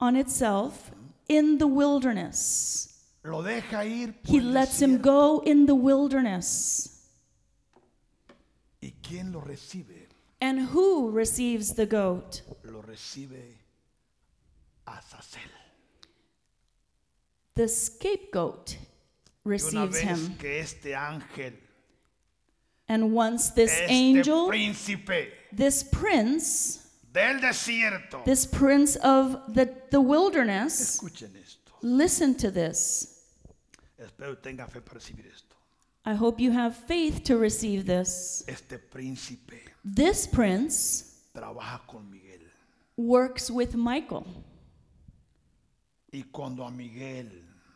[SPEAKER 2] on itself in the wilderness.
[SPEAKER 1] Lo deja ir por
[SPEAKER 2] He
[SPEAKER 1] el
[SPEAKER 2] lets him
[SPEAKER 1] desierto.
[SPEAKER 2] go in the wilderness.
[SPEAKER 1] ¿Y quién lo recibe?
[SPEAKER 2] And who receives the goat?
[SPEAKER 1] Lo recibe Azazel.
[SPEAKER 2] The scapegoat
[SPEAKER 1] Y una vez
[SPEAKER 2] receives him.
[SPEAKER 1] que este ángel,
[SPEAKER 2] And once this
[SPEAKER 1] este
[SPEAKER 2] angel,
[SPEAKER 1] príncipe
[SPEAKER 2] this prince,
[SPEAKER 1] del desierto,
[SPEAKER 2] this prince of the, the wilderness,
[SPEAKER 1] escuchen esto.
[SPEAKER 2] listen to this.
[SPEAKER 1] Espero que tenga fe para recibir esto.
[SPEAKER 2] I hope you have faith to receive this.
[SPEAKER 1] Este príncipe
[SPEAKER 2] This prince
[SPEAKER 1] trabaja con Miguel.
[SPEAKER 2] works with Michael.
[SPEAKER 1] Y cuando a Miguel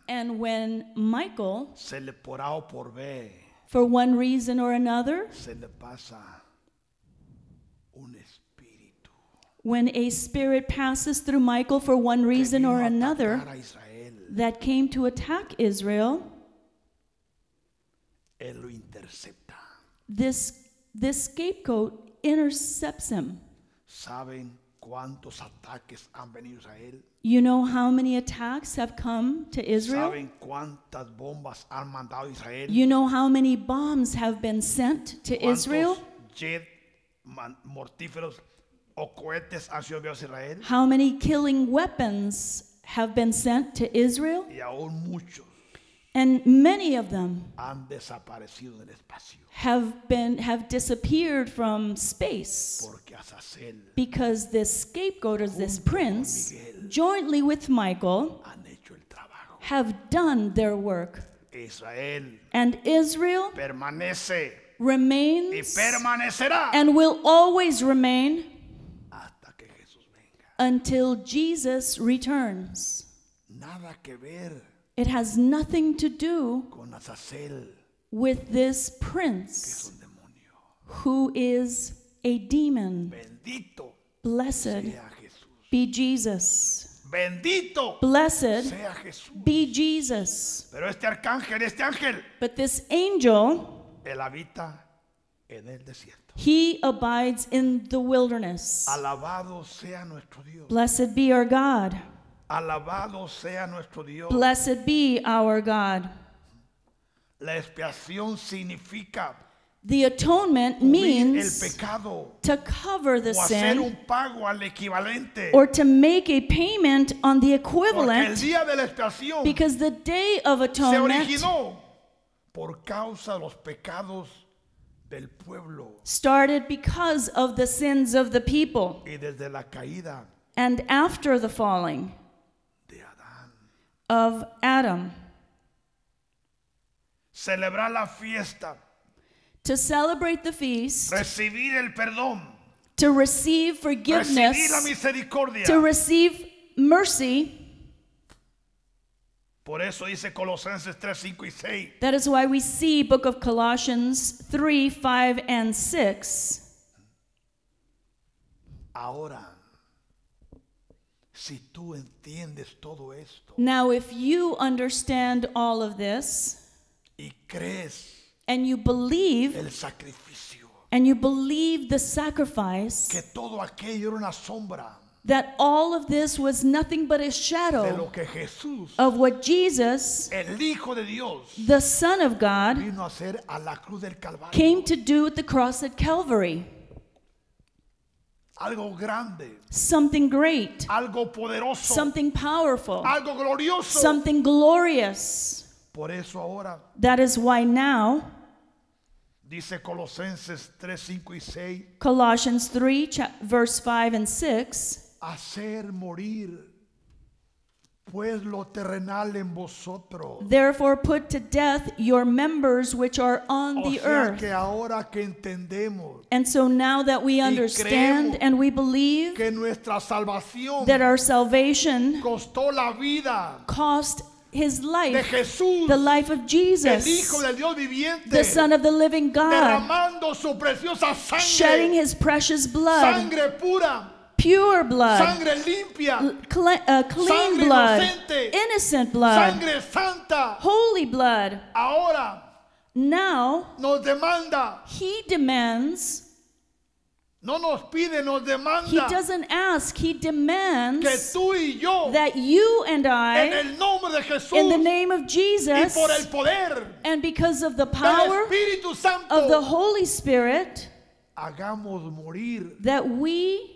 [SPEAKER 2] And when Michael,
[SPEAKER 1] se le por A o por B,
[SPEAKER 2] for one reason or another,
[SPEAKER 1] se le pasa un espíritu.
[SPEAKER 2] when a spirit passes through Michael for one
[SPEAKER 1] que
[SPEAKER 2] reason
[SPEAKER 1] vino
[SPEAKER 2] or
[SPEAKER 1] a
[SPEAKER 2] another,
[SPEAKER 1] atacar a Israel,
[SPEAKER 2] that came to attack Israel,
[SPEAKER 1] él lo intercepta.
[SPEAKER 2] this, this scapegoat intercepts him.
[SPEAKER 1] ¿Saben cuántos ataques han venido a Israel?
[SPEAKER 2] You know how many attacks have come to Israel?
[SPEAKER 1] ¿Saben cuántas bombas han mandado a Israel?
[SPEAKER 2] You know how many bombs have been sent to
[SPEAKER 1] ¿Cuántos
[SPEAKER 2] Israel?
[SPEAKER 1] jet man- mortíferos o cohetes han sido enviados a Israel?
[SPEAKER 2] How many killing weapons have been sent to Israel?
[SPEAKER 1] Y aún muchos
[SPEAKER 2] And many of them
[SPEAKER 1] han desaparecido del espacio
[SPEAKER 2] have been have disappeared from space
[SPEAKER 1] porque Azazel
[SPEAKER 2] because this scapegoat or this prince
[SPEAKER 1] Miguel.
[SPEAKER 2] jointly with Michael
[SPEAKER 1] han hecho el trabajo.
[SPEAKER 2] have done their work.
[SPEAKER 1] Israel
[SPEAKER 2] And Israel
[SPEAKER 1] permanece y
[SPEAKER 2] remains
[SPEAKER 1] permanecerá
[SPEAKER 2] and will always remain
[SPEAKER 1] hasta que Jesús venga.
[SPEAKER 2] until Jesus returns.
[SPEAKER 1] Nada que ver
[SPEAKER 2] It has nothing to do
[SPEAKER 1] con Azazel,
[SPEAKER 2] with this
[SPEAKER 1] es
[SPEAKER 2] prince
[SPEAKER 1] un demonio.
[SPEAKER 2] who is a demon.
[SPEAKER 1] Bendito
[SPEAKER 2] Blessed
[SPEAKER 1] sea Jesús.
[SPEAKER 2] be Jesus.
[SPEAKER 1] Bendito
[SPEAKER 2] Blessed
[SPEAKER 1] sea Jesús.
[SPEAKER 2] be Jesus.
[SPEAKER 1] Pero este arcángel, este ángel,
[SPEAKER 2] But this angel,
[SPEAKER 1] él habita en el desierto.
[SPEAKER 2] he abides in the wilderness.
[SPEAKER 1] Alabado sea nuestro Dios.
[SPEAKER 2] Blessed be our God.
[SPEAKER 1] Alabado sea nuestro Dios.
[SPEAKER 2] Blessed be our God.
[SPEAKER 1] La expiación significa
[SPEAKER 2] The atonement
[SPEAKER 1] cubrir el
[SPEAKER 2] means
[SPEAKER 1] pecado
[SPEAKER 2] to cover the
[SPEAKER 1] o hacer
[SPEAKER 2] sin
[SPEAKER 1] un pago al equivalente.
[SPEAKER 2] or to make a payment on the
[SPEAKER 1] Porque el
[SPEAKER 2] equivalent
[SPEAKER 1] día de la expiación
[SPEAKER 2] because the day of
[SPEAKER 1] se
[SPEAKER 2] atonement
[SPEAKER 1] originó por causa de los pecados del pueblo
[SPEAKER 2] started because of the sins of the people
[SPEAKER 1] y desde la caída
[SPEAKER 2] and after the falling
[SPEAKER 1] de Adán.
[SPEAKER 2] of Adam.
[SPEAKER 1] Celebrar la fiesta,
[SPEAKER 2] To celebrate the feast,
[SPEAKER 1] recibir el perdón,
[SPEAKER 2] to receive
[SPEAKER 1] recibir la
[SPEAKER 2] forgiveness,
[SPEAKER 1] misericordia.
[SPEAKER 2] to receive mercy.
[SPEAKER 1] Por eso dice Colosenses 3, 5 y 6.
[SPEAKER 2] That is why we see book of Colossians 3, 5, and 6.
[SPEAKER 1] Ahora, si tú entiendes todo esto
[SPEAKER 2] Now, if you understand all of this
[SPEAKER 1] y crees
[SPEAKER 2] and you believe,
[SPEAKER 1] el sacrificio,
[SPEAKER 2] and you believe the sacrifice,
[SPEAKER 1] que todo aquello era una sombra
[SPEAKER 2] that all of this was nothing but a
[SPEAKER 1] de
[SPEAKER 2] shadow
[SPEAKER 1] lo que Jesús,
[SPEAKER 2] of what Jesus,
[SPEAKER 1] el Hijo de Dios,
[SPEAKER 2] the Son of God,
[SPEAKER 1] vino a hacer a la cruz del Calvario.
[SPEAKER 2] came to do at the cross at Calvary.
[SPEAKER 1] Algo grande,
[SPEAKER 2] Something great,
[SPEAKER 1] algo poderoso,
[SPEAKER 2] something powerful,
[SPEAKER 1] algo glorioso.
[SPEAKER 2] something glorious.
[SPEAKER 1] Por eso ahora
[SPEAKER 2] That is why now,
[SPEAKER 1] Dice Colosenses 3, 5 y 6,
[SPEAKER 2] Colossians 3, cha- verse 5 and 6,
[SPEAKER 1] hacer morir pues lo terrenal en vosotros.
[SPEAKER 2] Therefore, put to death your members which are on
[SPEAKER 1] O
[SPEAKER 2] the
[SPEAKER 1] sea
[SPEAKER 2] earth.
[SPEAKER 1] Oh, que ahora que entendemos
[SPEAKER 2] And so now that we
[SPEAKER 1] creemos
[SPEAKER 2] understand and we believe
[SPEAKER 1] que nuestra salvación
[SPEAKER 2] that our salvation
[SPEAKER 1] costó la vida
[SPEAKER 2] cost his
[SPEAKER 1] de
[SPEAKER 2] life,
[SPEAKER 1] Jesús,
[SPEAKER 2] the life of
[SPEAKER 1] el Hijo
[SPEAKER 2] Jesus,
[SPEAKER 1] del Dios viviente,
[SPEAKER 2] the Son of the living God,
[SPEAKER 1] derramando su preciosa sangre,
[SPEAKER 2] shedding his precious blood,
[SPEAKER 1] sangre pura,
[SPEAKER 2] pure blood,
[SPEAKER 1] sangre limpia,
[SPEAKER 2] cle- uh, clean
[SPEAKER 1] Sangre
[SPEAKER 2] blood,
[SPEAKER 1] inocente.
[SPEAKER 2] innocent blood,
[SPEAKER 1] sangre santa,
[SPEAKER 2] holy blood.
[SPEAKER 1] ahora
[SPEAKER 2] Now,
[SPEAKER 1] nos demanda,
[SPEAKER 2] he demands,
[SPEAKER 1] no nos pide, nos
[SPEAKER 2] he
[SPEAKER 1] demanda
[SPEAKER 2] doesn't ask, he
[SPEAKER 1] que
[SPEAKER 2] demands
[SPEAKER 1] tú y yo,
[SPEAKER 2] that you and
[SPEAKER 1] en
[SPEAKER 2] I,
[SPEAKER 1] el nombre de Jesús
[SPEAKER 2] in the name of
[SPEAKER 1] y
[SPEAKER 2] Jesus,
[SPEAKER 1] por el poder
[SPEAKER 2] and because of the
[SPEAKER 1] del
[SPEAKER 2] power
[SPEAKER 1] Espíritu
[SPEAKER 2] of the
[SPEAKER 1] Santo,
[SPEAKER 2] Holy Spirit,
[SPEAKER 1] hagamos morir
[SPEAKER 2] that we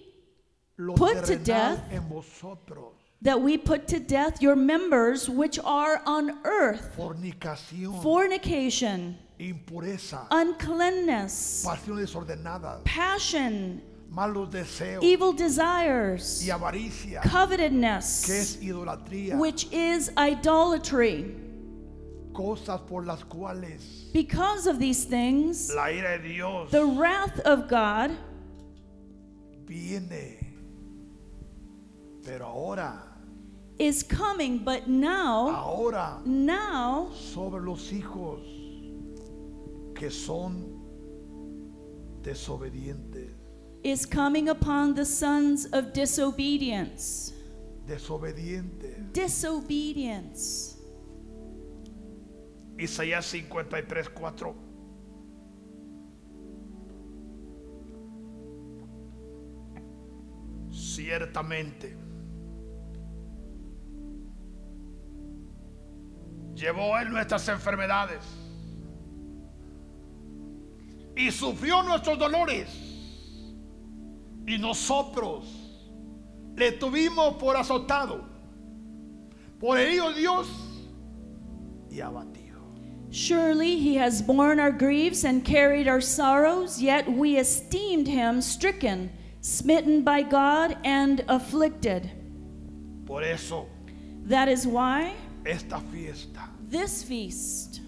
[SPEAKER 1] lo
[SPEAKER 2] Put to
[SPEAKER 1] terrenal
[SPEAKER 2] death.
[SPEAKER 1] en vosotros.
[SPEAKER 2] that we put to death your members which are on earth
[SPEAKER 1] Fornicación,
[SPEAKER 2] fornication,
[SPEAKER 1] impureza,
[SPEAKER 2] uncleanness,
[SPEAKER 1] pasiones desordenadas,
[SPEAKER 2] passion,
[SPEAKER 1] malos deseos
[SPEAKER 2] evil desires,
[SPEAKER 1] y avaricia, que
[SPEAKER 2] covetousness,
[SPEAKER 1] es idolatría,
[SPEAKER 2] which is idolatry.
[SPEAKER 1] cosas por las cuales
[SPEAKER 2] Because of these things,
[SPEAKER 1] la ira de Dios
[SPEAKER 2] the wrath of God
[SPEAKER 1] viene. Pero ahora,
[SPEAKER 2] is coming, but now,
[SPEAKER 1] ahora
[SPEAKER 2] now,
[SPEAKER 1] sobre los hijos que son desobedientes,
[SPEAKER 2] is coming upon the sons of disobedience.
[SPEAKER 1] desobedientes.
[SPEAKER 2] Disobedience.
[SPEAKER 1] Isaías 53, 4. Ciertamente. Llevó él nuestras enfermedades. Y sufrió nuestros dolores. Y nosotros le tuvimos por azotado. Por ello Dios y abatido.
[SPEAKER 2] Surely he has borne our griefs and carried our sorrows, yet we esteemed him stricken, smitten by God, and afflicted.
[SPEAKER 1] Por eso
[SPEAKER 2] That is why
[SPEAKER 1] esta fiesta
[SPEAKER 2] this feast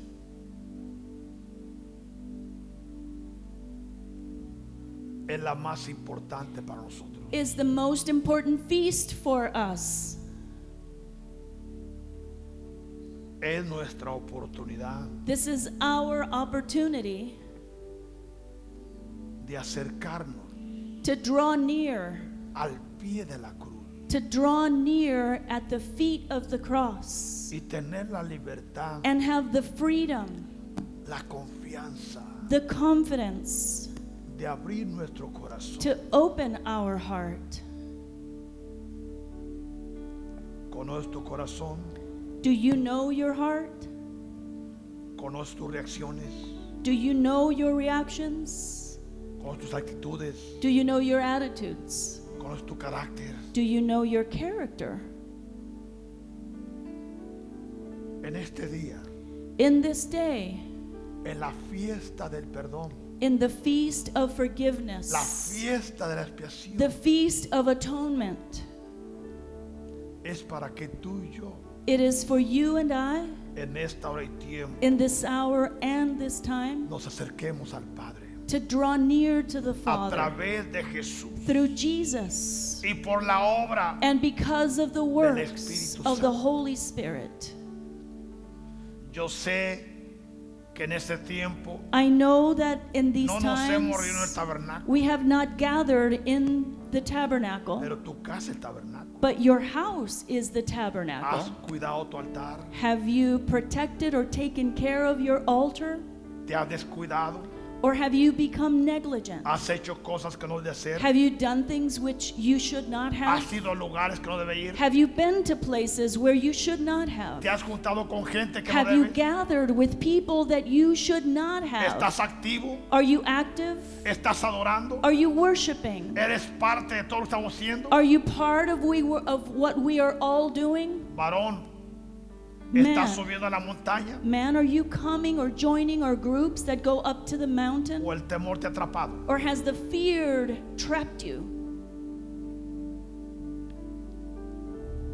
[SPEAKER 1] es la más importante para nosotros.
[SPEAKER 2] is the most important feast for us.
[SPEAKER 1] Es nuestra oportunidad
[SPEAKER 2] This is our opportunity
[SPEAKER 1] de acercarnos
[SPEAKER 2] to draw near,
[SPEAKER 1] al pie de la cruz
[SPEAKER 2] to draw near at the feet of the cross
[SPEAKER 1] y tener la libertad,
[SPEAKER 2] and have the freedom,
[SPEAKER 1] la confianza
[SPEAKER 2] the confidence
[SPEAKER 1] de abrir nuestro corazón.
[SPEAKER 2] to open our heart.
[SPEAKER 1] Conozco tu corazón,
[SPEAKER 2] Do you know your heart?
[SPEAKER 1] conozco tus reacciones,
[SPEAKER 2] Do you know your reactions?
[SPEAKER 1] conozco tus actitudes,
[SPEAKER 2] Do you know your attitudes?
[SPEAKER 1] conozco tu carácter.
[SPEAKER 2] Do you know your character?
[SPEAKER 1] En este día,
[SPEAKER 2] In this day,
[SPEAKER 1] en la fiesta del perdón,
[SPEAKER 2] in the feast of
[SPEAKER 1] la
[SPEAKER 2] forgiveness,
[SPEAKER 1] fiesta de la
[SPEAKER 2] the
[SPEAKER 1] expiación,
[SPEAKER 2] feast of atonement,
[SPEAKER 1] es para que tú y yo,
[SPEAKER 2] it is for you and I,
[SPEAKER 1] en esta hora y tiempo,
[SPEAKER 2] in this hour and this time,
[SPEAKER 1] nos acerquemos al Padre.
[SPEAKER 2] to draw near to the
[SPEAKER 1] a
[SPEAKER 2] Father
[SPEAKER 1] través de Jesús
[SPEAKER 2] through Jesus
[SPEAKER 1] y por la obra
[SPEAKER 2] and because of the works
[SPEAKER 1] Espíritu
[SPEAKER 2] of
[SPEAKER 1] Santo.
[SPEAKER 2] the Holy Spirit.
[SPEAKER 1] yo sé que en este tiempo
[SPEAKER 2] I know that in these
[SPEAKER 1] no nos hemos reunido en el
[SPEAKER 2] times,
[SPEAKER 1] tabernáculo
[SPEAKER 2] We have not gathered in the tabernacle,
[SPEAKER 1] pero tu casa es el tabernáculo
[SPEAKER 2] but your house is the
[SPEAKER 1] has
[SPEAKER 2] tabernacle.
[SPEAKER 1] cuidado tu altar
[SPEAKER 2] Have you protected or taken care of your altar?
[SPEAKER 1] te has descuidado
[SPEAKER 2] Or have you become negligent?
[SPEAKER 1] has hecho cosas que no debes hacer
[SPEAKER 2] Have you done things which you should not
[SPEAKER 1] has
[SPEAKER 2] have?
[SPEAKER 1] ido a lugares que no debes ir
[SPEAKER 2] Have you been to places where you should not
[SPEAKER 1] te
[SPEAKER 2] have?
[SPEAKER 1] has juntado con gente que no
[SPEAKER 2] Have you
[SPEAKER 1] debes
[SPEAKER 2] gathered with people that you should not have?
[SPEAKER 1] estás activo
[SPEAKER 2] Are you active?
[SPEAKER 1] estás adorando
[SPEAKER 2] Are you worshiping?
[SPEAKER 1] eres parte de todo lo que estamos haciendo
[SPEAKER 2] Are you part of we were, of what we are all doing?
[SPEAKER 1] varón estás
[SPEAKER 2] Man.
[SPEAKER 1] subiendo a la montaña
[SPEAKER 2] Man, are you coming or joining our groups that go up to the mountain?
[SPEAKER 1] o el temor te ha atrapado
[SPEAKER 2] Or has the fear trapped you?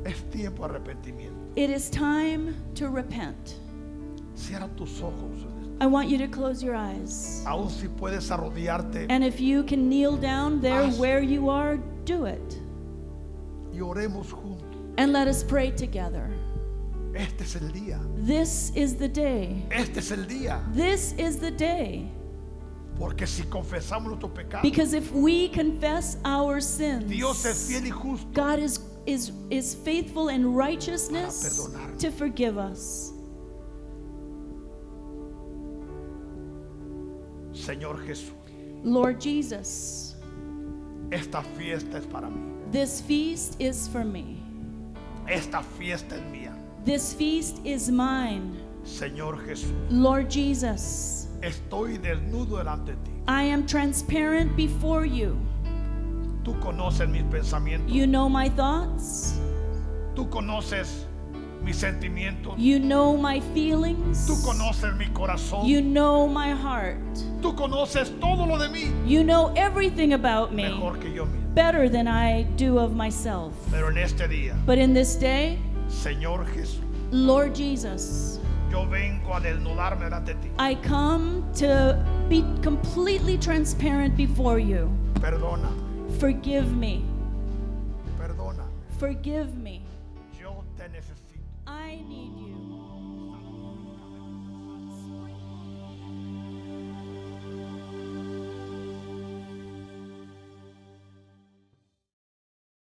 [SPEAKER 1] Es tiempo de arrepentimiento.
[SPEAKER 2] It is time to repent.
[SPEAKER 1] Cierra tus ojos. en esto.
[SPEAKER 2] I want you to close your eyes.
[SPEAKER 1] Aún si puedes arrodillarte
[SPEAKER 2] And if you can kneel down there
[SPEAKER 1] Haz-
[SPEAKER 2] where you are, do it.
[SPEAKER 1] y oremos juntos.
[SPEAKER 2] And let us pray together.
[SPEAKER 1] Este es el día.
[SPEAKER 2] This is the day.
[SPEAKER 1] Este es el día.
[SPEAKER 2] This is the day.
[SPEAKER 1] Porque si confesamos nuestros pecados,
[SPEAKER 2] Because if we confess our sins,
[SPEAKER 1] Dios es fiel y justo
[SPEAKER 2] God is, is, is faithful in righteousness
[SPEAKER 1] Para perdonarnos.
[SPEAKER 2] to forgive us.
[SPEAKER 1] Señor Jesús,
[SPEAKER 2] Lord Jesus,
[SPEAKER 1] esta fiesta es para mí.
[SPEAKER 2] this feast is for me.
[SPEAKER 1] Esta fiesta es mía.
[SPEAKER 2] This feast is mine.
[SPEAKER 1] Señor Jesús,
[SPEAKER 2] Lord Jesus,
[SPEAKER 1] estoy desnudo delante de ti.
[SPEAKER 2] I am transparent before you.
[SPEAKER 1] Tú conoces mis pensamientos.
[SPEAKER 2] You know my thoughts,
[SPEAKER 1] Tú conoces mis sentimientos.
[SPEAKER 2] you know my feelings,
[SPEAKER 1] Tú conoces mi corazón.
[SPEAKER 2] you know my heart,
[SPEAKER 1] Tú conoces todo lo de mí
[SPEAKER 2] you know everything about me
[SPEAKER 1] mejor que yo mismo.
[SPEAKER 2] better than I do of myself.
[SPEAKER 1] Pero en este día,
[SPEAKER 2] But in this day,
[SPEAKER 1] Señor Jesús,
[SPEAKER 2] Lord Jesus,
[SPEAKER 1] yo vengo a desnudarme delante de ti.
[SPEAKER 2] I come to be completely transparent before you.
[SPEAKER 1] Perdona,
[SPEAKER 2] Forgive me.
[SPEAKER 1] perdona.
[SPEAKER 2] Forgive me.
[SPEAKER 1] Yo te necesito.
[SPEAKER 2] I need you.